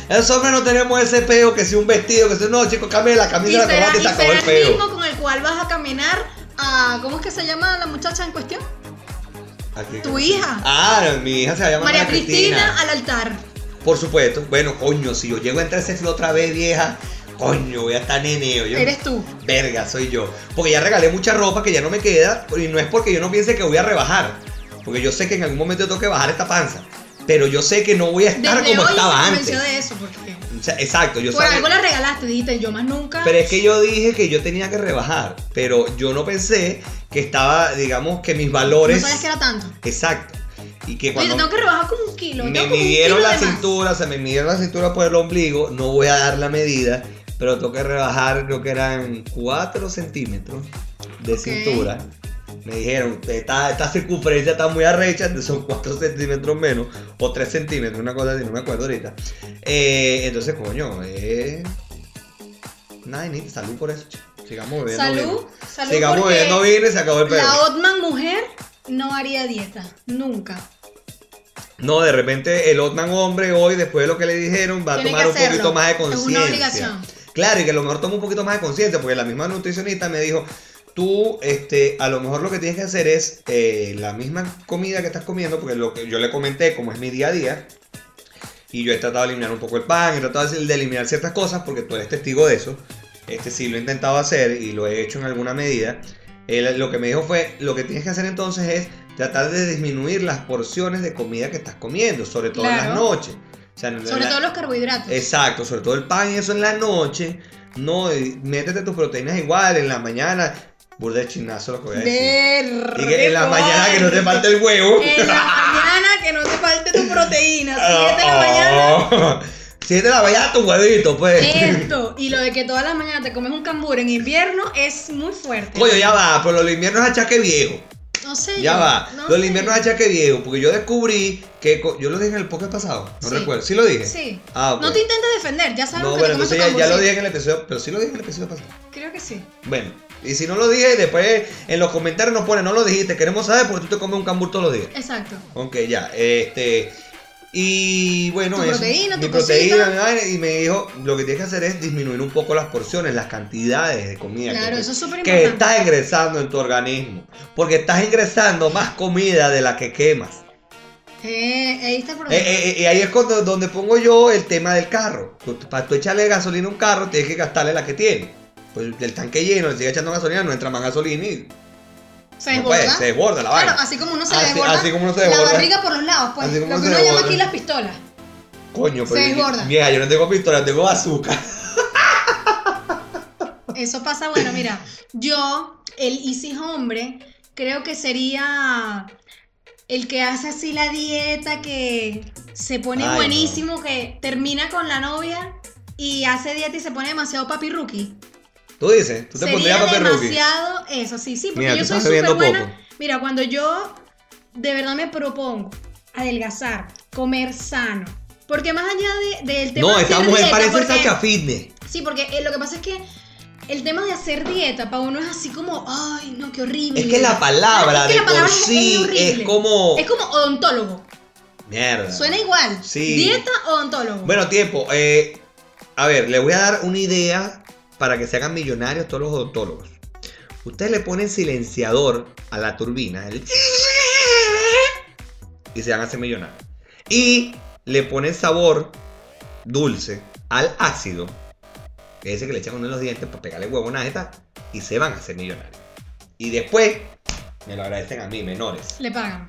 Los hombres no tenemos ese peo que si un vestido, que si no, chicos, cambia la
Y
camisa, la
será,
corbata y
y
se acabó
será
el
el
peo.
mismo con el cual vas a caminar a. ¿Cómo es que se llama la muchacha en cuestión?
Aquí.
Tu hija.
Ah, mi hija se llama
María Cristina, al altar.
Por supuesto. Bueno, coño, si yo llego a entrar a ese filo otra vez, vieja, coño, voy a estar neneo. Yo,
Eres tú.
Verga, soy yo. Porque ya regalé mucha ropa que ya no me queda. Y no es porque yo no piense que voy a rebajar. Porque yo sé que en algún momento yo tengo que bajar esta panza. Pero yo sé que no voy a estar
Desde
como
hoy
estaba
se
antes.
convenció de eso, porque.
O sea, exacto, yo
Por
sabía-
algo la regalaste, dijiste yo más nunca.
Pero es que yo dije que yo tenía que rebajar. Pero yo no pensé que estaba, digamos, que mis
no
valores.
sabes que era tanto.
Exacto. Y que
Oye,
cuando.
te tengo que rebajar como un kilo.
me
tengo como un
midieron
kilo
la
de más.
cintura, se me midieron la cintura por el ombligo, no voy a dar la medida, pero tengo que rebajar, creo que eran 4 centímetros de
Ok.
cintura. Me dijeron, esta, esta circunferencia está muy arrecha, son 4 centímetros menos, o 3 centímetros, una cosa así, no me acuerdo ahorita. Eh, entonces, coño, eh... Nada, ni salud por eso, chico. Sigamos bebiendo
Salud,
vino.
salud.
Sigamos
porque
bebiendo vino y se acabó el pedo.
La Otman mujer no haría dieta. Nunca.
No, de repente el Otman hombre hoy, después de lo que le dijeron, va a
Tiene
tomar
que
un poquito
hacerlo.
más de
Es una
conciencia.
obligación.
Claro, y que a lo mejor toma un poquito más de conciencia, porque la misma nutricionista me dijo, tú, este, a lo mejor lo que tienes que hacer es eh, la misma comida que estás comiendo, porque lo que yo le comenté, como es mi día a día, y yo he tratado de eliminar un poco el pan, he tratado de de eliminar ciertas cosas, porque tú eres testigo de eso. Este sí lo he intentado hacer y lo he hecho en alguna medida. Él lo que me dijo fue, lo que tienes que hacer entonces es tratar de disminuir las porciones de comida que estás comiendo, sobre todo en las
Claro.
noches. O sea, en
Sobre
la-
todo los carbohidratos.
Exacto, sobre todo el pan y eso en la noche. No, y métete tus proteínas igual, en la mañana. Burda de chinazo lo que voy a decir.
Ver-
Y que en la mañana que no te falte el huevo.
[LAUGHS]
[LAUGHS]
En la mañana que no te falte tu proteína.
Ah,
Siete de la mañana.
mañana. [LAUGHS] de la mañana tu huevito, pues.
Esto. Y lo de que todas las mañanas te comes un cambur en invierno es muy fuerte.
[LAUGHS] Coño, ya va, pero los inviernos achaque viejo.
No sé.
Ya
yo,
va.
no
los
sé.
inviernos achaque viejo, porque yo descubrí que. co- Yo lo dije en el podcast pasado, no
Sí.
recuerdo. ¿Sí lo dije?
Sí.
Ah, ok.
No te intentes defender, ya sabes
No,
que
bueno,
te comes
entonces
tu
ya, ya lo
camburcito.
dije en el episodio, pero sí lo dije en el episodio pasado.
Creo que sí.
Bueno, y si no lo dije, después en los comentarios nos pone, no lo dijiste, queremos saber porque tú te comes un cambur todos los días.
Exacto.
Ok, ya, este. Y bueno,
Tu
eso,
proteína,
mi
tu
proteína,
cosita.
mi vaina, y me dijo, lo que tienes que hacer es disminuir un poco las porciones, las cantidades de comida.
Claro,
que,
eso es súper
que
importante.
estás ingresando en tu organismo, porque estás ingresando más comida de la que quemas.
Eh, ahí está el
Eh,
problema.
eh, eh, y ahí es cuando, donde pongo yo el tema del carro. Tú- Para tú echarle gasolina a un carro, tienes que gastarle la que tiene. Pues el tanque lleno, le sigue echando gasolina, no entra más gasolina y
se
no puede,
desborda.
se desborda la
claro,
vaina.
así como uno se le
Así-
desborda.
así como uno se
La
desborda.
barriga por los lados, pues.
Así como
Lo
uno
que uno
se
llama
desborda.
aquí las pistolas.
Coño, pero
se
yo-
desborda.
Vieja, yo no tengo pistola, tengo azúcar. [LAUGHS]
Eso pasa, bueno, mira, yo, el Isis hombre, creo que sería el que hace así la dieta, que se pone
Ay, no.
buenísimo, que termina con la novia y hace dieta y se pone demasiado papi rookie.
Tú dices, tú te
sería
pondrías papel rookie.
demasiado eso, sí, sí, porque
Mira, tú
yo soy
estás bebiendo
súper buena.
poco.
Mira, cuando yo de verdad me propongo adelgazar, comer sano, porque más allá de- del tema
No,
de
esta
hacer
mujer
dieta,
parece
porque-
Sacha Fitness.
Sí, porque eh, lo que pasa es que el tema de hacer dieta para uno es así como, ay, no, qué horrible.
Es que la palabra
Es que
de
la palabra
por
es- es
sí es,
horrible.
como.
Es como odontólogo.
Mierda.
Suena igual.
Sí.
Dieta odontólogo.
Bueno, tiempo. eh, a ver, les voy a dar una idea para que se hagan millonarios todos los odontólogos. Ustedes le ponen silenciador a la turbina el [LAUGHS] y se van a hacer millonarios. Y le ponen sabor dulce al ácido, ese que le echan uno en los dientes para pegarle huevonaje y tal, y se van a hacer millonarios. Y después me lo agradecen a mí, menores.
Le pagan.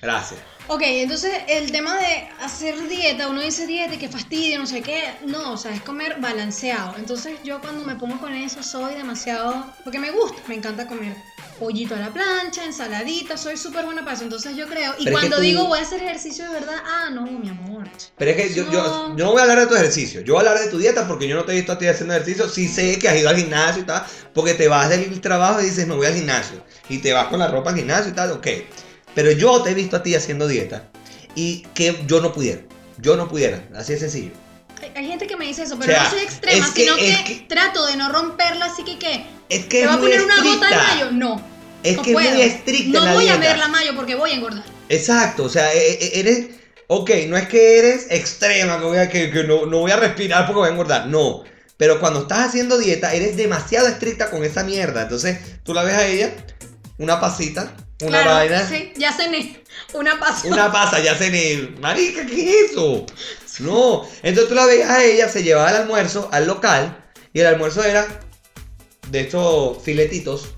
Gracias.
Ok, entonces el tema de hacer dieta, uno dice dieta y que fastidio, no sé qué. No, o sea, es comer balanceado. Entonces yo cuando me pongo con eso soy demasiado. Porque me gusta, me encanta comer pollito a la plancha, ensaladita, soy súper buena para eso. Entonces yo creo.
Pero es
Y
que
cuando
tú-
digo voy a hacer ejercicio de verdad, ah, no, mi amor.
Pero es que yo, yo-
No.
yo no voy a hablar de tu ejercicio, yo voy a hablar de tu dieta porque yo no te he visto a ti haciendo ejercicio. Sí sé que has ido al gimnasio y tal, porque te vas del trabajo y dices, me voy al gimnasio. Y te vas con la ropa al gimnasio y tal, ok. Pero yo te he visto a ti haciendo dieta y que yo no pudiera. Yo no pudiera, así de sencillo.
Hay, hay gente que me dice eso, pero
O sea,
no soy extrema,
es que-
sino
es
que,
que-
trato de no romperla, así que ¿qué?
Es que
¿Te
es
va a
muy
poner una gota de
estricta.
mayo? No.
Es
no
que es
puedo.
muy estricta
No
la
voy
dieta.
a ver la mayo porque voy a engordar.
Exacto, o sea, e- e- eres. Ok, no es que eres extrema, que, voy a- que- que no, no voy a respirar porque voy a engordar, no. Pero cuando estás haciendo dieta, eres demasiado estricta con esa mierda. Entonces, tú la ves a ella, una pasita, una
claro,
vaina,
Sí, ya cené. Una paso.
una pasa, ya se le. Marica, ¿qué es eso? No. Entonces tú la veías a ella, se llevaba el almuerzo al local, y el almuerzo era de estos filetitos,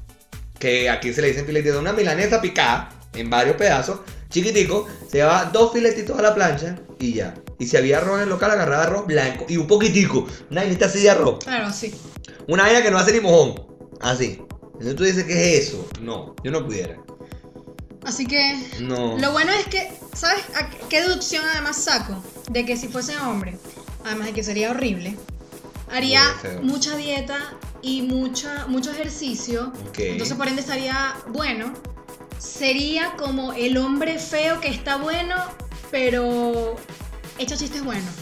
que aquí se le dicen filetitos, una milanesa picada en varios pedazos, chiquitico, se llevaba dos filetitos a la plancha y ya. Y si había arroz en el local, agarraba arroz blanco y un poquitico, una vainita así de arroz,
Claro, sí.
una vaina que no hace ni mojón, así. Entonces tú dices, ¿qué es eso? No, yo no pudiera.
Así que
No.
Lo bueno es que, ¿sabes a qué- qué deducción además saco? De que si fuese hombre, además de que sería horrible, haría
Muy feo.
mucha dieta y mucha, mucho ejercicio.
Ok.
Entonces por ende estaría bueno. Sería como el hombre feo que está bueno, pero este hecho chistes buenos.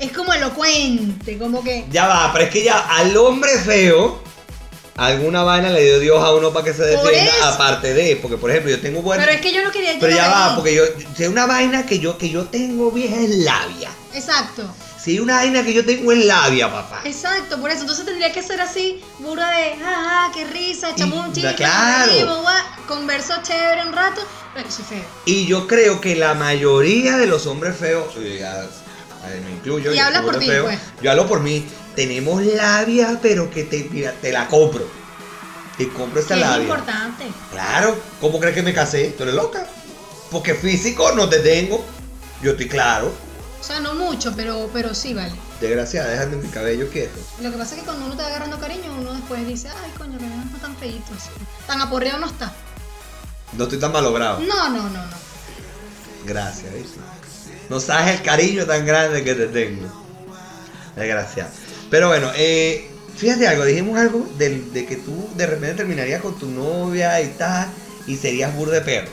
Es como elocuente, como que...
Ya va, pero es que ya al hombre feo, alguna vaina le dio Dios a uno para que se
Por
defienda,
eso.
aparte de, porque por ejemplo yo tengo buen...
Pero es que yo no quería
Pero ya
llegar
va,
ahí.
porque yo, si hay una vaina que yo, que yo tengo vieja es labia.
Exacto.
Si hay una vaina que yo tengo es labia, papá.
Exacto, por eso. Entonces tendría que ser así, burda de, jaja, qué risa, echamos un
Y-
chiste,
claro.
nos reímos, guau, conversó chévere un rato, pero soy feo.
Y yo creo que la mayoría de los hombres feos, y ya, a ver, me incluyo,
Y
yo
hablas
soy
por
hombre
ti,
feo,
pues.
Yo hablo por mí. Tenemos labia, pero que te, mira, te la compro. Te compro esa
Que es
labia.
importante.
Claro, ¿cómo crees que me casé? Tú eres loca. Porque físico no te tengo. Yo estoy claro.
O sea, no mucho, pero, pero sí, vale.
Desgraciada, déjame mi cabello quieto.
Lo que pasa es que cuando uno está agarrando cariño, uno después dice, ay, coño, que no está tan feíto. así. Tan aporreado no está.
No estoy tan malogrado.
No, no, no, no.
Gracias, ¿viste? No sabes el cariño tan grande que te tengo. Desgraciada. Pero bueno, eh, fíjate algo, dijimos algo del- de, que tú de repente terminarías con tu novia y tal, y serías bur de perro.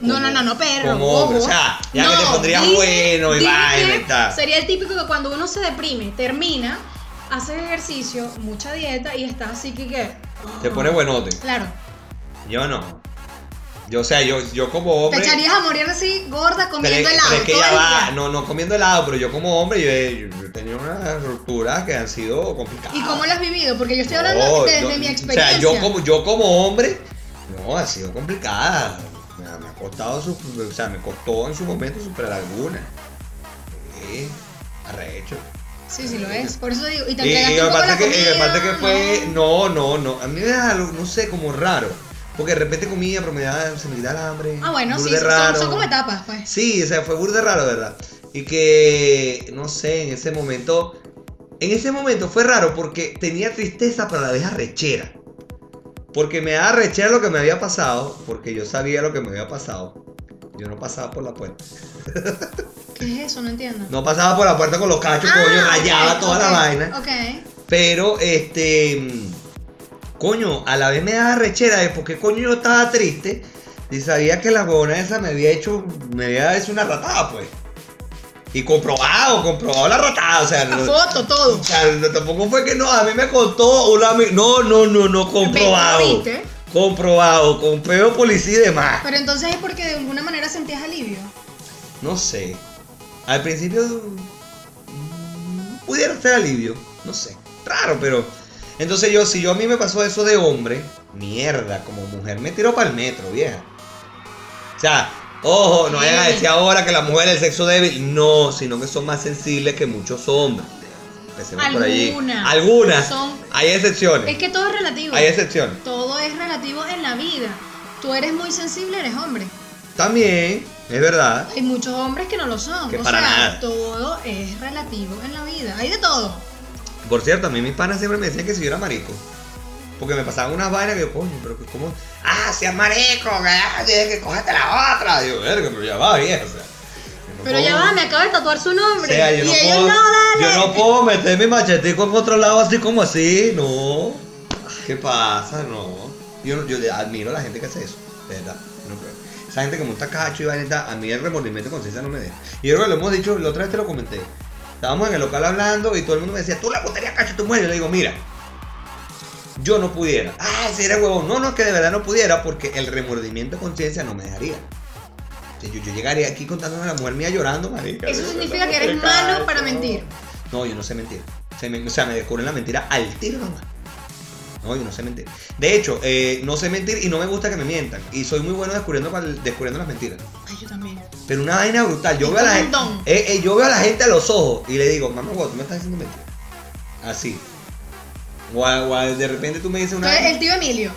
No,
Como-
no, no, no, perro.
como hombre,
bobo.
o sea, ya que te pondrías bueno y
dime
vaina y
que
tal.
Sería el típico que cuando uno se deprime, termina, hace ejercicio, mucha dieta y está así que que.
Te pones buenote.
Claro.
Yo no. Yo, o sea, yo, yo como hombre.
Te echarías a morir así, gorda,
Pero es,
comiendo
pero
helado.
es que
todo
ya
el
va,
día.
no, no comiendo helado, pero yo como hombre, yo he, yo he tenido unas rupturas que han sido complicadas.
¿Y cómo lo has vivido? Porque yo estoy hablando
No,
desde
yo-
mi experiencia.
O sea, yo como, yo como hombre, no, ha sido complicada. Me, ha- me ha costado, su- o sea, me costó en su momento superar alguna. Sí, arrecho.
Sí, sí, lo es. Por eso digo. Y te
Y,
entregaste
Eh, y
un poco
aparte
la
que, y
comida.
aparte que
¿no?
fue, no, no, no, a mí me da algo, no sé, como raro. Porque de repente comía, pero me da, se me quita el hambre.
Ah, bueno, sí,
burda
sí, son,
raro.
son como etapas, pues.
Sí, o sea, fue burde raro, ¿verdad? Y que, no sé, en ese momento, en ese momento fue raro porque tenía tristeza, pero a la vez arrechera. Porque me daba arrechera lo que me había pasado, porque yo sabía lo que me había pasado. Yo no pasaba por la puerta.
¿Qué es eso? No entiendo.
No pasaba por la puerta con los cachos, coño,
Ah,
rayaba
ok,
toda
ok,
la vaina.
Ok.
Pero, este. mm, Coño, a la vez me daba rechera de por qué coño yo estaba triste. Y sabía que la huevona esa me había hecho. Me había hecho una ratada, pues. Y comprobado, comprobado la ratada. O sea,
La
no-
foto, todo.
o sea, no, tampoco fue que no, a mí me contó una ami- No, no, no, no, comprobado.
¿Viste?
Comprobado, con peo policía y demás.
Pero entonces es porque de alguna manera sentías alivio.
No sé. Al principio mm, pudiera ser alivio. No sé. Raro, pero. Entonces yo, si yo a mí me pasó eso de hombre, mierda, como mujer me tiró para el metro, vieja. O sea, ojo, no vayan a decir ahora que la mujer es el sexo débil. No, sino que son más sensibles que muchos hombres. Empecemos por allí.
Algunas.
Algunas.
Son-
Hay excepciones.
Es que todo es relativo.
Hay excepciones.
Todo es relativo en la vida. Tú eres muy sensible, eres hombre.
También, es verdad.
Hay muchos hombres que no lo son.
Que
o
para
sea,
nada.
todo es relativo en la vida. Hay de todo.
Por cierto, a mí mis panas siempre me decían que si yo era marico. Porque me pasaban unas vainas que yo, coño, pero que cómo. Ah, seas marico, que, ah, dije que cógete la otra. Digo, verga, pero ya va, vieja. O sea, yo no
Pero
puedo-
ya va, me acabo de tatuar su
O
nombre.
sea, yo
y
no,
ellos
puedo,
no, dale.
yo no puedo meter mi machetico en otro lado así como así, no. ¿Qué pasa? No. Yo, yo le admiro a la gente que hace eso, de verdad. No creo. Esa gente que monta cacho y vainita, a mí el remordimiento de conciencia no me deja. Y yo creo que lo hemos dicho, la otra vez te lo comenté. Estábamos en el local hablando y todo el mundo me decía, tú la botarías cacho y tú mueres. Yo le digo, mira, yo no pudiera. Ah, si era huevón. No, no, que de verdad no pudiera porque el remordimiento de conciencia no me dejaría. O sea, Yo, yo llegaría aquí contándome a la mujer mía llorando, marica.
Eso
De
significa
verdad,
que eres
no te
malo
calles,
para
no.
mentir.
No, yo no sé mentir. Se me- o sea, me descubren la mentira al tiro nomás. No, yo no sé mentir. De hecho, eh, no sé mentir y no me gusta que me mientan. Y soy muy bueno descubriendo, cual- descubriendo las mentiras.
Ay, yo también.
Pero una vaina brutal. Yo
Es
veo, a la
como
gente,
un don.
eh, eh, yo veo a la gente a los ojos y le digo, mamá, guau, tú me estás diciendo mentira. Así. O, a- o a- de repente tú me dices una vaina.
Entonces, el tío Emilio,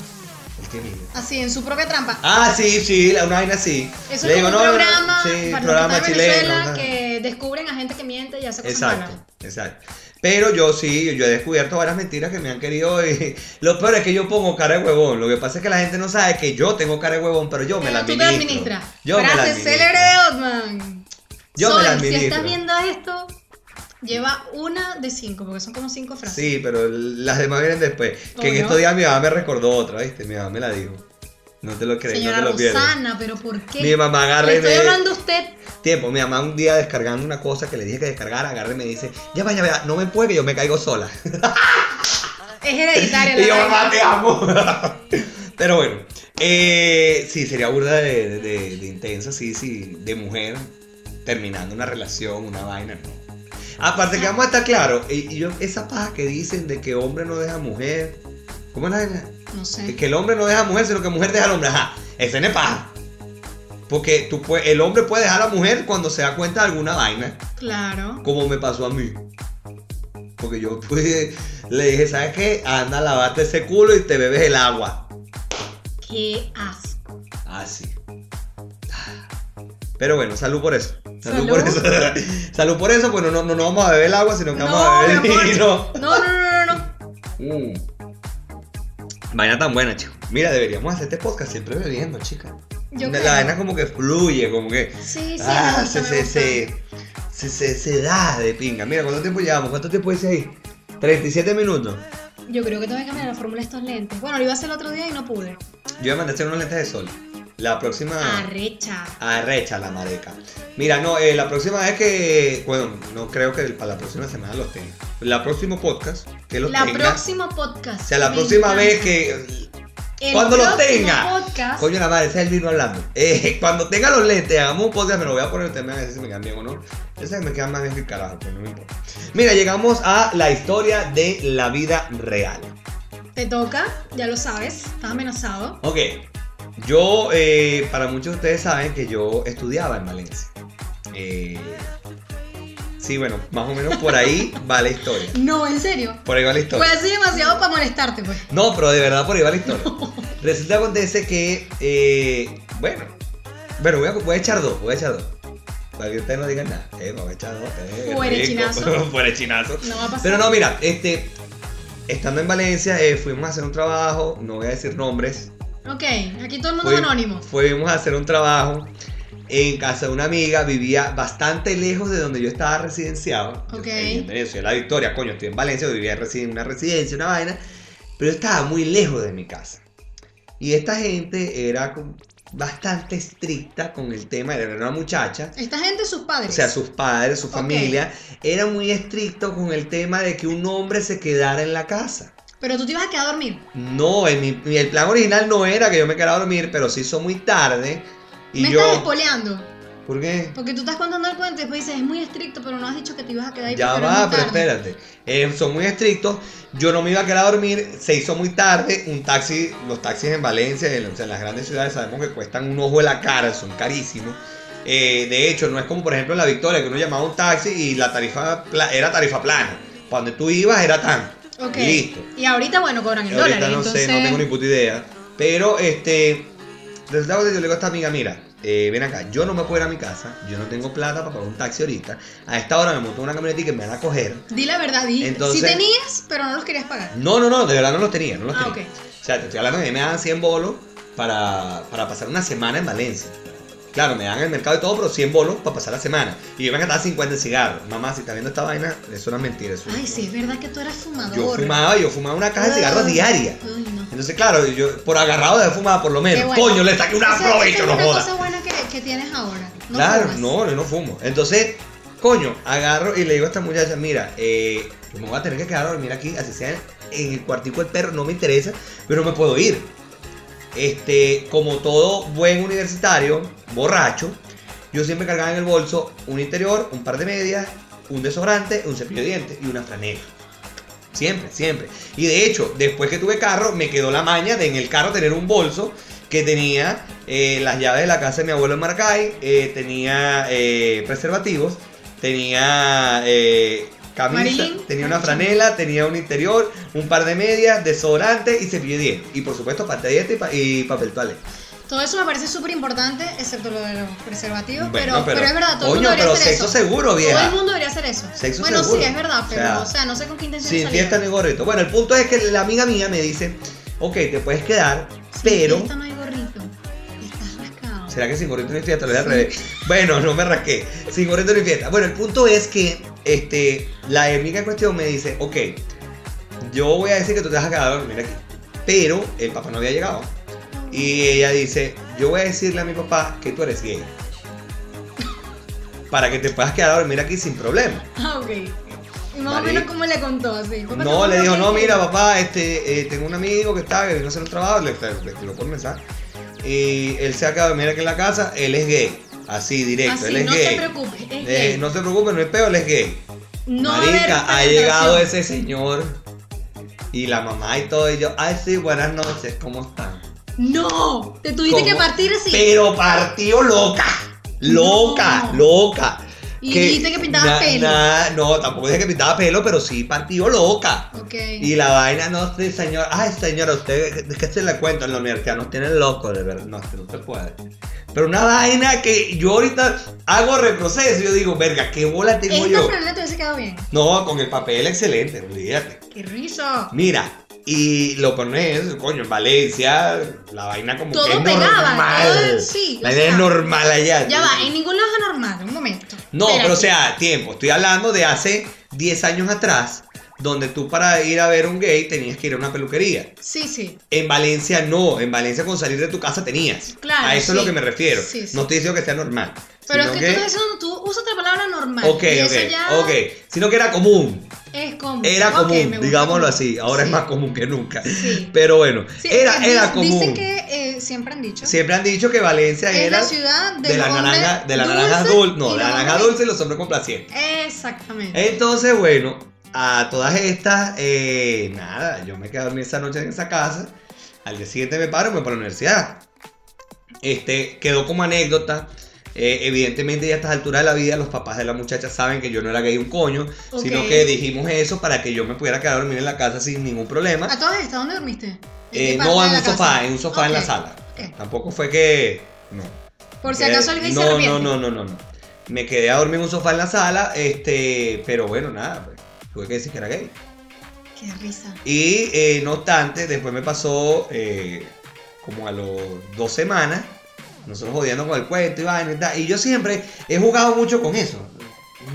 Es que mira.
así, en su propia trampa.
Ah, sí, sí, la- una vaina así.
Eso es como un programa,
sí,
para
programa
los que están en
chileno,
Venezuela
ajá.
que descubren a gente que miente y hace cosas malas.
Exacto, exacto. Pero yo sí, yo he descubierto varias mentiras que me han querido y [LAUGHS] lo peor es que yo pongo cara de huevón. Lo que pasa es que la gente no sabe que yo tengo cara de huevón, pero yo me la
Pero tú te
administro.
administras.
Yo me la
Frase
administro.
célebre de Otman.
Yo me
Sol,
la
si
administro.
estás viendo esto, lleva una de cinco, porque son como cinco frases.
Sí, pero las demás vienen después. Que en
Obvio.
estos días mi mamá me recordó otra, ¿viste? Mi mamá me la dijo. No te lo crees,
Señora
no te lo pierdes.
Rosana, pero ¿por qué?
Mi mamá agarra
Le
y
estoy
me-
hablando a usted.
Tiempo, mi mamá un día descargando una cosa que le dije que descargara, agarré y me dice, ya vaya, vaya, no me puede que yo me caigo sola.
Es hereditaria.
[LAUGHS] Y yo,
la
mamá,
vaina.
te amo. [LAUGHS] Pero bueno, eh, sí, sería burda de, de- de- de intensa, sí, sí, de mujer, terminando una relación, una vaina, no. Aparte que vamos a estar claros, y, y yo, esa paja que dicen de que hombre no deja mujer, ¿cómo es la vaina?
No
Que-
sé.
Que el hombre no deja mujer, sino que mujer deja al hombre, ajá, ese no es paja. Porque tú pue- el hombre puede dejar a la mujer cuando se da cuenta de alguna vaina
Claro.
como me pasó a mí. Porque yo pues, le dije, ¿sabes qué? Anda, lavate ese culo y te bebes el agua.
Qué asco.
Así. Ah. Pero bueno, salud por eso. Salud,
Salud.
por eso. [LAUGHS] salud por eso, pues no, no, no vamos a beber el agua, sino que vamos a beber
pero
el
por-
vino.
No, no, no, no, no.
Mm. Vaina tan buena, chico. Mira, deberíamos hacer este podcast siempre bebiendo, chica.
Yo
la
creo.
vaina como que fluye, como que.
Sí, sí,
ah,
me gusta,
se,
me
se,
gusta.
se, se, se- se da de pinga. Mira, ¿cuánto tiempo llevamos? ¿Cuánto tiempo dice ahí? 37 minutos.
Yo creo que tengo que cambiar la fórmula de estos lentes. Bueno, lo iba a hacer el otro día y no pude.
Yo me mandé a hacer unos lentes de sol. La próxima.
Arrecha.
Arrecha la mareca. Mira, no, eh, la próxima vez que. Bueno, no creo que para la próxima semana los tenga. La próximo podcast que los
La
tenga.
próxima podcast.
O sea, la
Me
próxima
encanta.
vez que.
El
cuando los
próximo
tenga.
podcast,
Coño, la madre, ese es el vino hablando. Eh, cuando tenga los lentes, hagamos un podcast, me lo voy a poner ustedes me van a decir si me quedan bien o no. Yo sé que me quedan más bien que el carajo, pero no me importa. Mira, llegamos a la historia de la vida real.
Te toca, ya lo sabes. Estás amenazado.
Ok, yo, eh, para muchos de ustedes saben que yo estudiaba en Valencia. Eh, sí, bueno, más o menos por ahí va la historia.
No, en serio.
Por ahí va la
Fue
historia.
así demasiado para molestarte, pues.
No, pero de verdad por ahí va la historia. Resulta acontece que, eh, bueno, bueno, voy a, voy a echar dos, voy a echar dos. Para que ustedes no digan nada. Eh, vamos a echar dos. Eh,
Fuere
rico.
chinazo.
[LAUGHS] Fuere chinazo.
No va a pasar.
Pero no, mira, este, estando en Valencia, eh, fuimos a hacer un trabajo, no voy a decir nombres,
Ok, aquí todo el mundo
Fui-
es anónimo.
Fuimos a hacer un trabajo en casa de una amiga, vivía bastante lejos de donde yo estaba residenciado. Yo,
Ok.
evidentemente, Yo, soy de la Victoria, coño, estoy en Valencia, vivía en residen- una residencia, una vaina, pero estaba muy lejos de mi casa. Y esta gente era como bastante estricta con el tema, era una muchacha.
Esta gente, sus padres.
O sea, sus padres, su
Ok.
familia, era muy estricto con el tema de que un hombre se quedara en la casa.
Pero tú te ibas a quedar a dormir.
No, en mi- mi- el plan original no era que yo me quedara a dormir, pero se hizo muy tarde. Y
Me
yo.
estás espoleando.
¿Por qué?
Porque tú estás contando el cuento y después dices, es muy estricto, pero no has dicho que te ibas a quedar ahí.
Ya
porque era
va,
muy
pero
tarde".
espérate. Eh, son muy estrictos. Yo no me iba a quedar a dormir. Se hizo muy tarde. Un taxi, los taxis en Valencia, en, o sea, en las grandes ciudades, sabemos que cuestan un ojo de la cara, son carísimos. Eh, de hecho, no es como por ejemplo en la Victoria, que uno llamaba un taxi y la tarifa pla- era tarifa plana. Cuando tú ibas era tanto.
Ok.
Listo.
Y ahorita, bueno, cobran en
Ahorita
dólares.
no
entonces...
sé, no tengo ni puta idea. Pero este. Resulta que yo le digo a esta amiga, mira, eh, ven acá, yo no me puedo ir a mi casa, yo no tengo plata para pagar un taxi ahorita, a esta hora me monto en una camioneta y que me van a coger.
Di la verdad, di.
Entonces-
si tenías, pero no los querías pagar.
No, no, no, de verdad no los tenía, no los
Ah, ok.
tenía. O sea, te estoy hablando que me dan 100 bolos para, para pasar una semana en Valencia. Claro, me dan el mercado y todo, pero 100 bolos para pasar la semana. Y yo me gastaba 50 en cigarros. Mamá, si estás viendo esta vaina, eso no es mentira. Eso
Ay,
es-
sí, es verdad que tú eras fumador.
Yo fumaba, yo fumaba una caja de cigarros
Ay,
diaria.
Ay, no.
Entonces, claro, yo por agarrado de fumar por lo menos.
Qué bueno.
Coño, le saqué una
Esa- esa
provecho, no
Es una
jodas.
cosa buena que, que tienes ahora. No
claro,
fumas.
no, yo no fumo. Entonces, coño, agarro y le digo a esta muchacha, mira, eh, yo me voy a tener que quedar a dormir aquí, así sea en el cuartico del perro, no me interesa, pero no me puedo ir. Este, como todo buen universitario, borracho, yo siempre cargaba en el bolso un interior, un par de medias, un desodorante, un cepillo de dientes y una franela. Siempre, siempre. Y de hecho, después que tuve carro, me quedó la maña de en el carro tener un bolso que tenía eh, las llaves de la casa de mi abuelo en Maracay, eh, tenía eh, preservativos, tenía eh, camisa,
Marilyn.
tenía una franela, tenía un interior, un par de medias, desodorante y cepillo de dientes. Y por supuesto, pasta de dientes y, pa- y papel toalé.
Todo eso me parece súper importante, excepto lo de los preservativos.
Bueno,
pero, pero, es verdad, todo
coño,
el mundo debería
pero
hacer
sexo
eso.
seguro, vieja.
Todo el mundo debería hacer eso.
Sexo
bueno,
seguro.
sí, es verdad,
O
pero, o
sea,
sea, no sé con qué intención
Sin
salí.
fiesta ni gorrito. Bueno, el punto es que la amiga mía me dice, ok, te puedes quedar, pero...
Fiesta no hay gorrito. Estás rascado.
¿Será que sin gorrito no hay fiesta? Lo dije al revés. Bueno, no me rasqué. Sin gorrito no hay fiesta. Bueno, el punto es que este, la amiga en cuestión me dice, ok, yo voy a decir que tú te vas a quedar a dormir aquí. Pero el papá no había llegado. Y ella dice, yo voy a decirle a mi papá que tú eres gay. Para que te puedas quedar a dormir aquí sin problema.
[LAUGHS] Ah, ok. Y más o
Marica.
menos cómo le contó así. Papá,
No,
¿cómo
le
lo
dijo,
ves?
no, mira, papá, este, eh, tengo un amigo que está, que vino a hacer un trabajo, le, le escribió por mensaje. Y él se acaba de venir aquí en la casa, él es gay. Así, directo,
Así,
él es
Ah, no
gay.
te preocupes, es
Eh,
gay.
no se preocupe, no es peor, él es gay.
No va a haber
Marica, ha
penetración.
llegado ese señor y la mamá y todo, y yo, ay, sí, buenas noches, ¿cómo están?
No, te tuviste
¿Cómo?
que partir así.
Pero partió loca, loca,
No.
loca.
Y dijiste que pintaba pelo.
na- no, tampoco dije que pintaba pelo, pero sí partió loca.
Ok.
Y la vaina, no sé, señor. Ay, señora, usted, ¿de qué se la cuento? En la universidad nos tienen locos, de verdad. No, usted no se puede. Pero una vaina que yo ahorita hago reproceso. Yo digo, verga, qué bola tengo
Esta
yo.
franela te hubiese quedado bien.
No, con el papel excelente, olvídate.
¡Qué risa!
Mira, y lo pones, coño, en Valencia, la vaina como
Todo
que es
pegaba,
normal.
todo, sí,
la
o
vaina es
sea,
normal allá.
Ya va, en ningún lado es anormal, un momento.
No,
Espérate.
pero o sea, tiempo. Estoy hablando de hace 10 años atrás, donde tú para ir a ver un gay tenías que ir a una peluquería.
Sí, sí.
En Valencia no, en Valencia con salir de tu casa tenías.
Claro,
A eso es lo
sí.
que me refiero.
Sí, sí.
No estoy diciendo que sea normal.
Pero
sino
es que, tú estás diciendo, tú usas la palabra normal.
Ok,
y
ok,
eso ya
ok. Sino que era común.
Es común.
Era
Ok, me
común,
gusta
digámoslo
común.
así. Ahora es
Sí,
más común que nunca.
Sí.
Pero bueno,
Sí,
era,
porque
era
di- Dicen
común.
que eh, siempre han dicho.
Siempre han dicho que Valencia
es
era
la ciudad del
de la
hombre
naranja, de la naranja dulce, no,
y
de la
los
naranja
hombres-
dulce y los hombres complacientes.
Exactamente.
Entonces, bueno, a todas estas, eh, nada, yo me quedé a dormir esa noche en esa casa. Al día siguiente me paro y me voy para la universidad. Este, quedó como anécdota. eh, evidentemente, ya a estas alturas de la vida, los papás de la muchacha saben que yo no era gay un coño,
Ok.
sino que dijimos eso para que yo me pudiera quedar a dormir en la casa sin ningún problema.
¿A todas estas dónde dormiste?
Eh,
qué parte
no
de
en
la
un sofá,
casa?
en un sofá en la
Ok,
sala.
ok.
Tampoco fue que. No.
Por si
Quedé-
acaso alguien se
no,
arrepiente.
no, no, no, no, no. Me quedé a dormir en un sofá en la sala, este, pero bueno, nada, pues, tuve que decir que era gay.
Qué risa.
Y eh, no obstante, después me pasó eh, como a los dos semanas, nosotros jodiendo con el cuento y vaina y tal. Y yo siempre he jugado mucho con eso.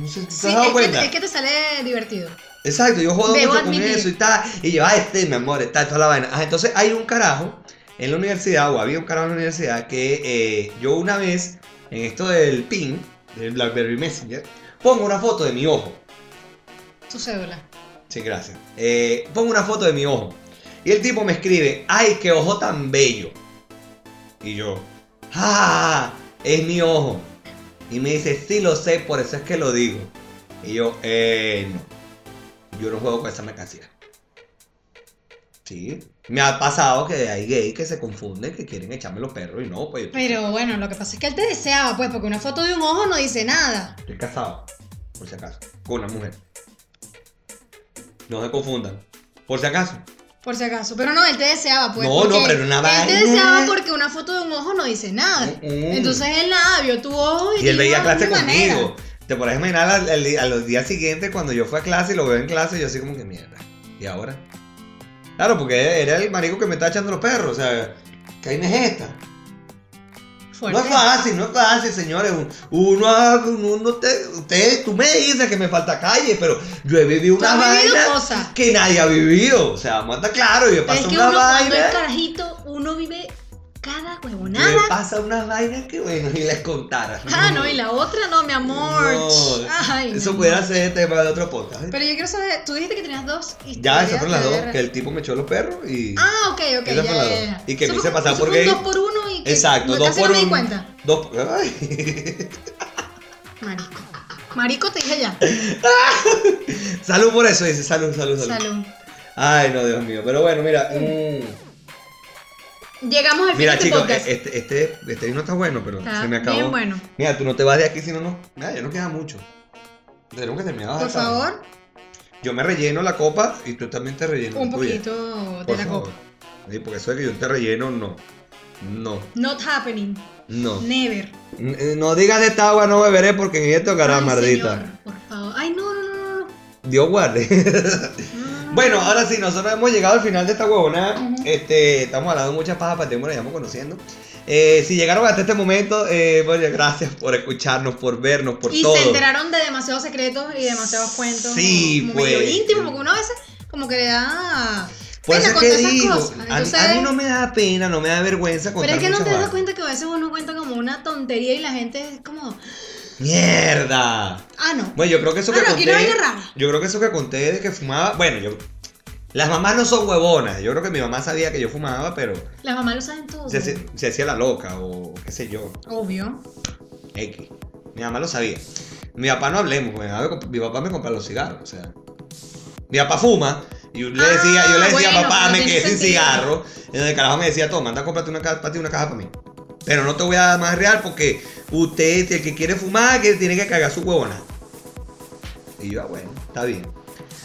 No sé si te
Sí,
has dado
es
cuenta.
que, es que te sale divertido.
Exacto, yo jodo
Debo
mucho con
admitir.
eso y tal. Y yo, ah, este, mi amor, está toda la vaina. Ah, entonces hay un carajo en la universidad, o había un carajo en la universidad, que eh, yo una vez, en esto del pin, del Blackberry Messenger, pongo una foto de mi ojo.
Tu cédula.
Sí, gracias. Eh, pongo una foto de mi ojo. Y el tipo me escribe, ay, qué ojo tan bello. Y yo, ah, es mi ojo. Y me dice, sí lo sé, por eso es que lo digo. Y yo, eh, no. Yo no juego con esa mercancía. Sí. Me ha pasado que hay gays que se confunden, que quieren echarme los perros y no, pues yo estoy-
Pero bueno, lo que pasa es que él te deseaba, pues, porque una foto de un ojo no dice nada.
estoy casado, por si acaso, con una mujer. No se confundan, por si acaso.
Por si acaso. Pero no, él te deseaba, pues.
No, no,
porque
pero una
Él
vaina.
te deseaba porque una foto de un ojo no dice nada.
Mm-mm.
Ah, Entonces él nada, vio tu ojo y,
Y él
dijo,
veía
"Ah,
clase
de manera".
conmigo. Te podrás imaginar al- al- a los días siguientes cuando yo fui a clase y lo veo en clase, yo así como que mierda. ¿Y ahora? Claro, porque era el marico que me está echando los perros. O sea, ¿qué vaina es esta?
Fuerte.
No es fácil, no es fácil, señores. Uno, ha- uno, te, usted- tú me dices que me falta calle, pero yo he vivido
Tú
una
has vivido
vaina
cosas.
que nadie ha vivido. O sea, manda claro, yo
Es
paso
que
una
uno cuando es
vaina.
carajito, uno vive cada
Me
huevonada.
pasa unas vainas que bueno, y les contara.
[LAUGHS] Ah, no, y la otra no, mi amor.
No,
Ay, mi
Eso
amor.
pudiera ser tema de otro podcast.
Pero yo quiero saber, tú dijiste que tenías dos y
Ya, esas fueron las dos. Que el tipo me echó los perros y.
Ah, ok,
Esas
ok. ya,
fueron las
ya,
dos.
ya.
Y que me
Eso
hice
fue-
pasar
eso
por
fue un
gay.
dos por uno y que
Exacto,
no-
dos
casi
por
no me di
un-
cuenta.
Dos. Ay. [LAUGHS]
Marico. Marico te dije ya.
salud por eso, dice. Salud, salud, salud.
Salud.
Ay, no, Dios mío. Pero bueno, mira. mm.
Llegamos al
Mira,
final
chicos,
podcast.
este, este, este vino está bueno, pero
Está
se me acabó.
Bien bueno.
Mira, tú no te vas de aquí, si no, no. Mira, ya no queda mucho. Tenemos que terminar.
Por
bastante.
favor,
Yo me relleno la copa y tú también te rellenas.
un
la tuya.
poquito de
Por
la
favor.
copa.
Sí, porque eso de que yo te relleno, no. No,
Not happening.
no.
Never.
N- No digas de esta agua no beberé porque en ella tocará
Ay,
mardita.
señor, por favor. Ay, no, no, no, no,
Dios guarde. [LAUGHS]
no.
bueno, ah, ahora sí, nosotros hemos llegado al final de esta huevonada.
Ujú.
Este, estamos hablando de muchas pajas, para tiempo, nos vamos conociendo. Eh, si llegaron hasta este momento, eh, bueno, gracias por escucharnos, por vernos, por
y
todo.
se enteraron de demasiados secretos y demasiados cuentos.
Sí,
como medio
pues.
íntimos, porque uno a veces como que le da
Por eso
pena
es
contar
que
esas
digo,
cosas.
a mí-
Entonces,
a, mí no me da pena, no me da vergüenza
pero
contar
es que no te
muchas
das
vainas.
cuenta que a veces uno cuenta como una tontería y la gente es como,
¡Mierda!
ah, no.
Bueno, yo creo que eso
Ah,
que
no, aquí
conté.
no hay rara.
Yo creo que eso que conté de que fumaba. Bueno, yo. Las mamás no son huevonas. Yo creo que mi mamá sabía que yo fumaba, pero
Las mamás lo saben todo.
se, hace- se hacía la loca o qué sé yo.
Obvio.
X. Mi mamá lo sabía. Mi papá no hablemos, porque mi papá me comp- mi papá me compra los cigarros. O sea, mi papá fuma. Y yo le
Ah,
decía, yo le decía
bueno,
papá,
pero
me
tiene
quedé sin
sentido".
cigarro. Y el carajo me decía, toma, anda, cómprate una caja para ti, una caja para mí. Pero no te voy a dar más real porque usted, el que quiere fumar, que tiene que cagar su huevona. Y yo, ah, bueno, está bien.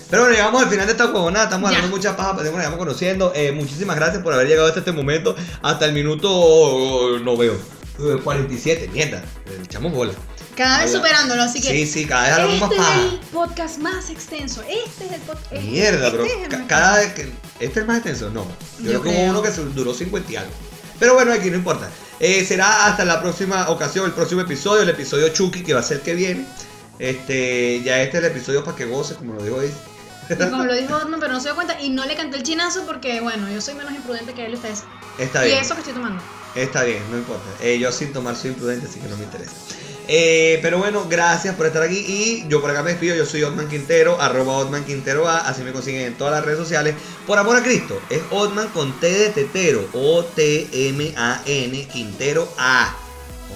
Pero bueno, llegamos al final de esta huevonada. Estamos
Ya.
hablando mucha paja, pero nos estamos conociendo. Eh, muchísimas gracias por haber llegado hasta este momento. Hasta el minuto, oh, no veo, eh, 47, mierda. Le echamos bola.
Cada vez
Hola.
superándolo, así que.
Sí, sí, cada vez hablamos
este
más
es el
paja.
podcast más extenso. Este es el podcast.
Mierda, bro.
Este es el
Ca-
más
Cada vez que. ¿Este es más extenso? No. Yo, creo
Yo
que hubo
creo.
uno que se- duró 50 y algo. Pero bueno, aquí no importa. Eh, será hasta la próxima ocasión, el próximo episodio, el episodio Chucky, que va a ser el que viene. Este, ya este es el episodio para que goces, como lo dijo ahí.
Y como lo dijo Otman, pero no se dio cuenta y no le canté el chinazo porque, bueno, yo soy menos imprudente que él y ustedes.
[LAUGHS] Está
y
bien.
eso que estoy tomando.
Está bien, no importa. Eh, yo sin tomar soy imprudente, así que no me interesa. Eh, pero bueno, gracias por estar aquí. Y yo por acá me despido. Yo soy Otman Quintero, arroba Otman Quintero A. Así me consiguen en todas las redes sociales. Por amor a Cristo, es Otman con T de tetero. O-T-M-A-N Quintero A.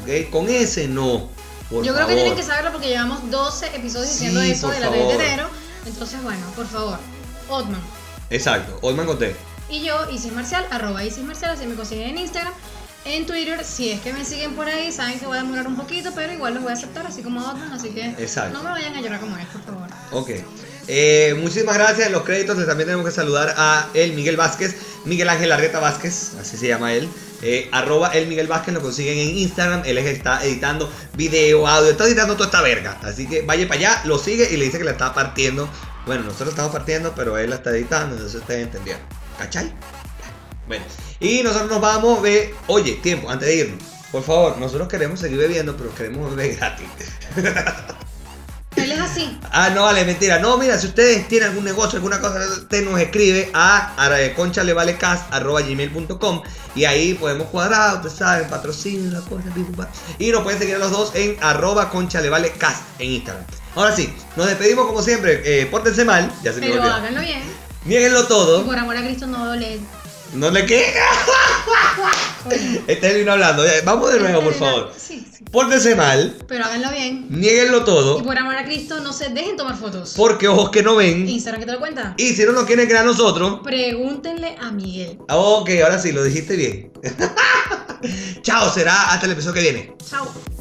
¿Ok? Con S no. Por
yo creo
favor.
que tienen que saberlo porque llevamos 12 episodios
Sí,
diciendo eso
por
de la red de
favor.
enero. Entonces, bueno, por favor, Otman.
Exacto, Otman con T.
Y yo, Isis Marcial, arroba Isis Marcial, así me consiguen en Instagram. En Twitter, si es que me siguen por ahí, saben que voy a demorar un poquito, pero igual los voy a aceptar, así como a Otman, así que
Exacto.
no me vayan a llorar como él, por favor.
Ok. Eh, muchísimas gracias. En los créditos también tenemos que saludar a el Miguel Vázquez, Miguel Ángel Arrieta Vázquez, así se llama él. Eh, arroba el Miguel Vázquez, lo consiguen en Instagram. Él es- está editando video, audio, está editando toda esta verga. Así que vaya para allá, lo sigue y le dice que la está partiendo. Bueno, nosotros estamos partiendo, pero él la está editando, entonces ustedes entendieron. ¿Cachai? Bueno, y nosotros nos vamos de. Oye, tiempo, antes de irnos. Por favor, nosotros queremos seguir bebiendo, pero queremos beber gratis.
Él
[LAUGHS]
es así.
Ah, no, vale, mentira. No, mira, si ustedes tienen algún negocio, alguna cosa, usted nos escribe a conchalevalecast.com y ahí podemos cuadrar, ustedes saben, patrocinio, la cosa, pi, pi, pa. y nos pueden seguir a los dos en arroba conchalevalecast en Instagram. Ahora sí, nos despedimos como siempre, eh, pórtense mal, ya se me
Pero
olvidó.
háganlo bien.
Niéguenlo
Y
todo,
por amor a Cristo,
[LAUGHS]
no doble.
no le queja.
Oye.
Este vino hablando, ya, vamos de nuevo, por
Este
favor.
Sí, sí.
Pórtense mal,
Pero háganlo bien.
niéguenlo
Y
todo,
por amor a Cristo, no se dejen tomar fotos.
porque ojos que no ven,
Instagram, ¿qué te lo cuenta?
y si no nos quieren creer a nosotros,
Pregúntenle a Miguel.
Ah, [LAUGHS] Ok, ahora sí, lo dijiste bien. Chao, será hasta el episodio que viene.
Chao.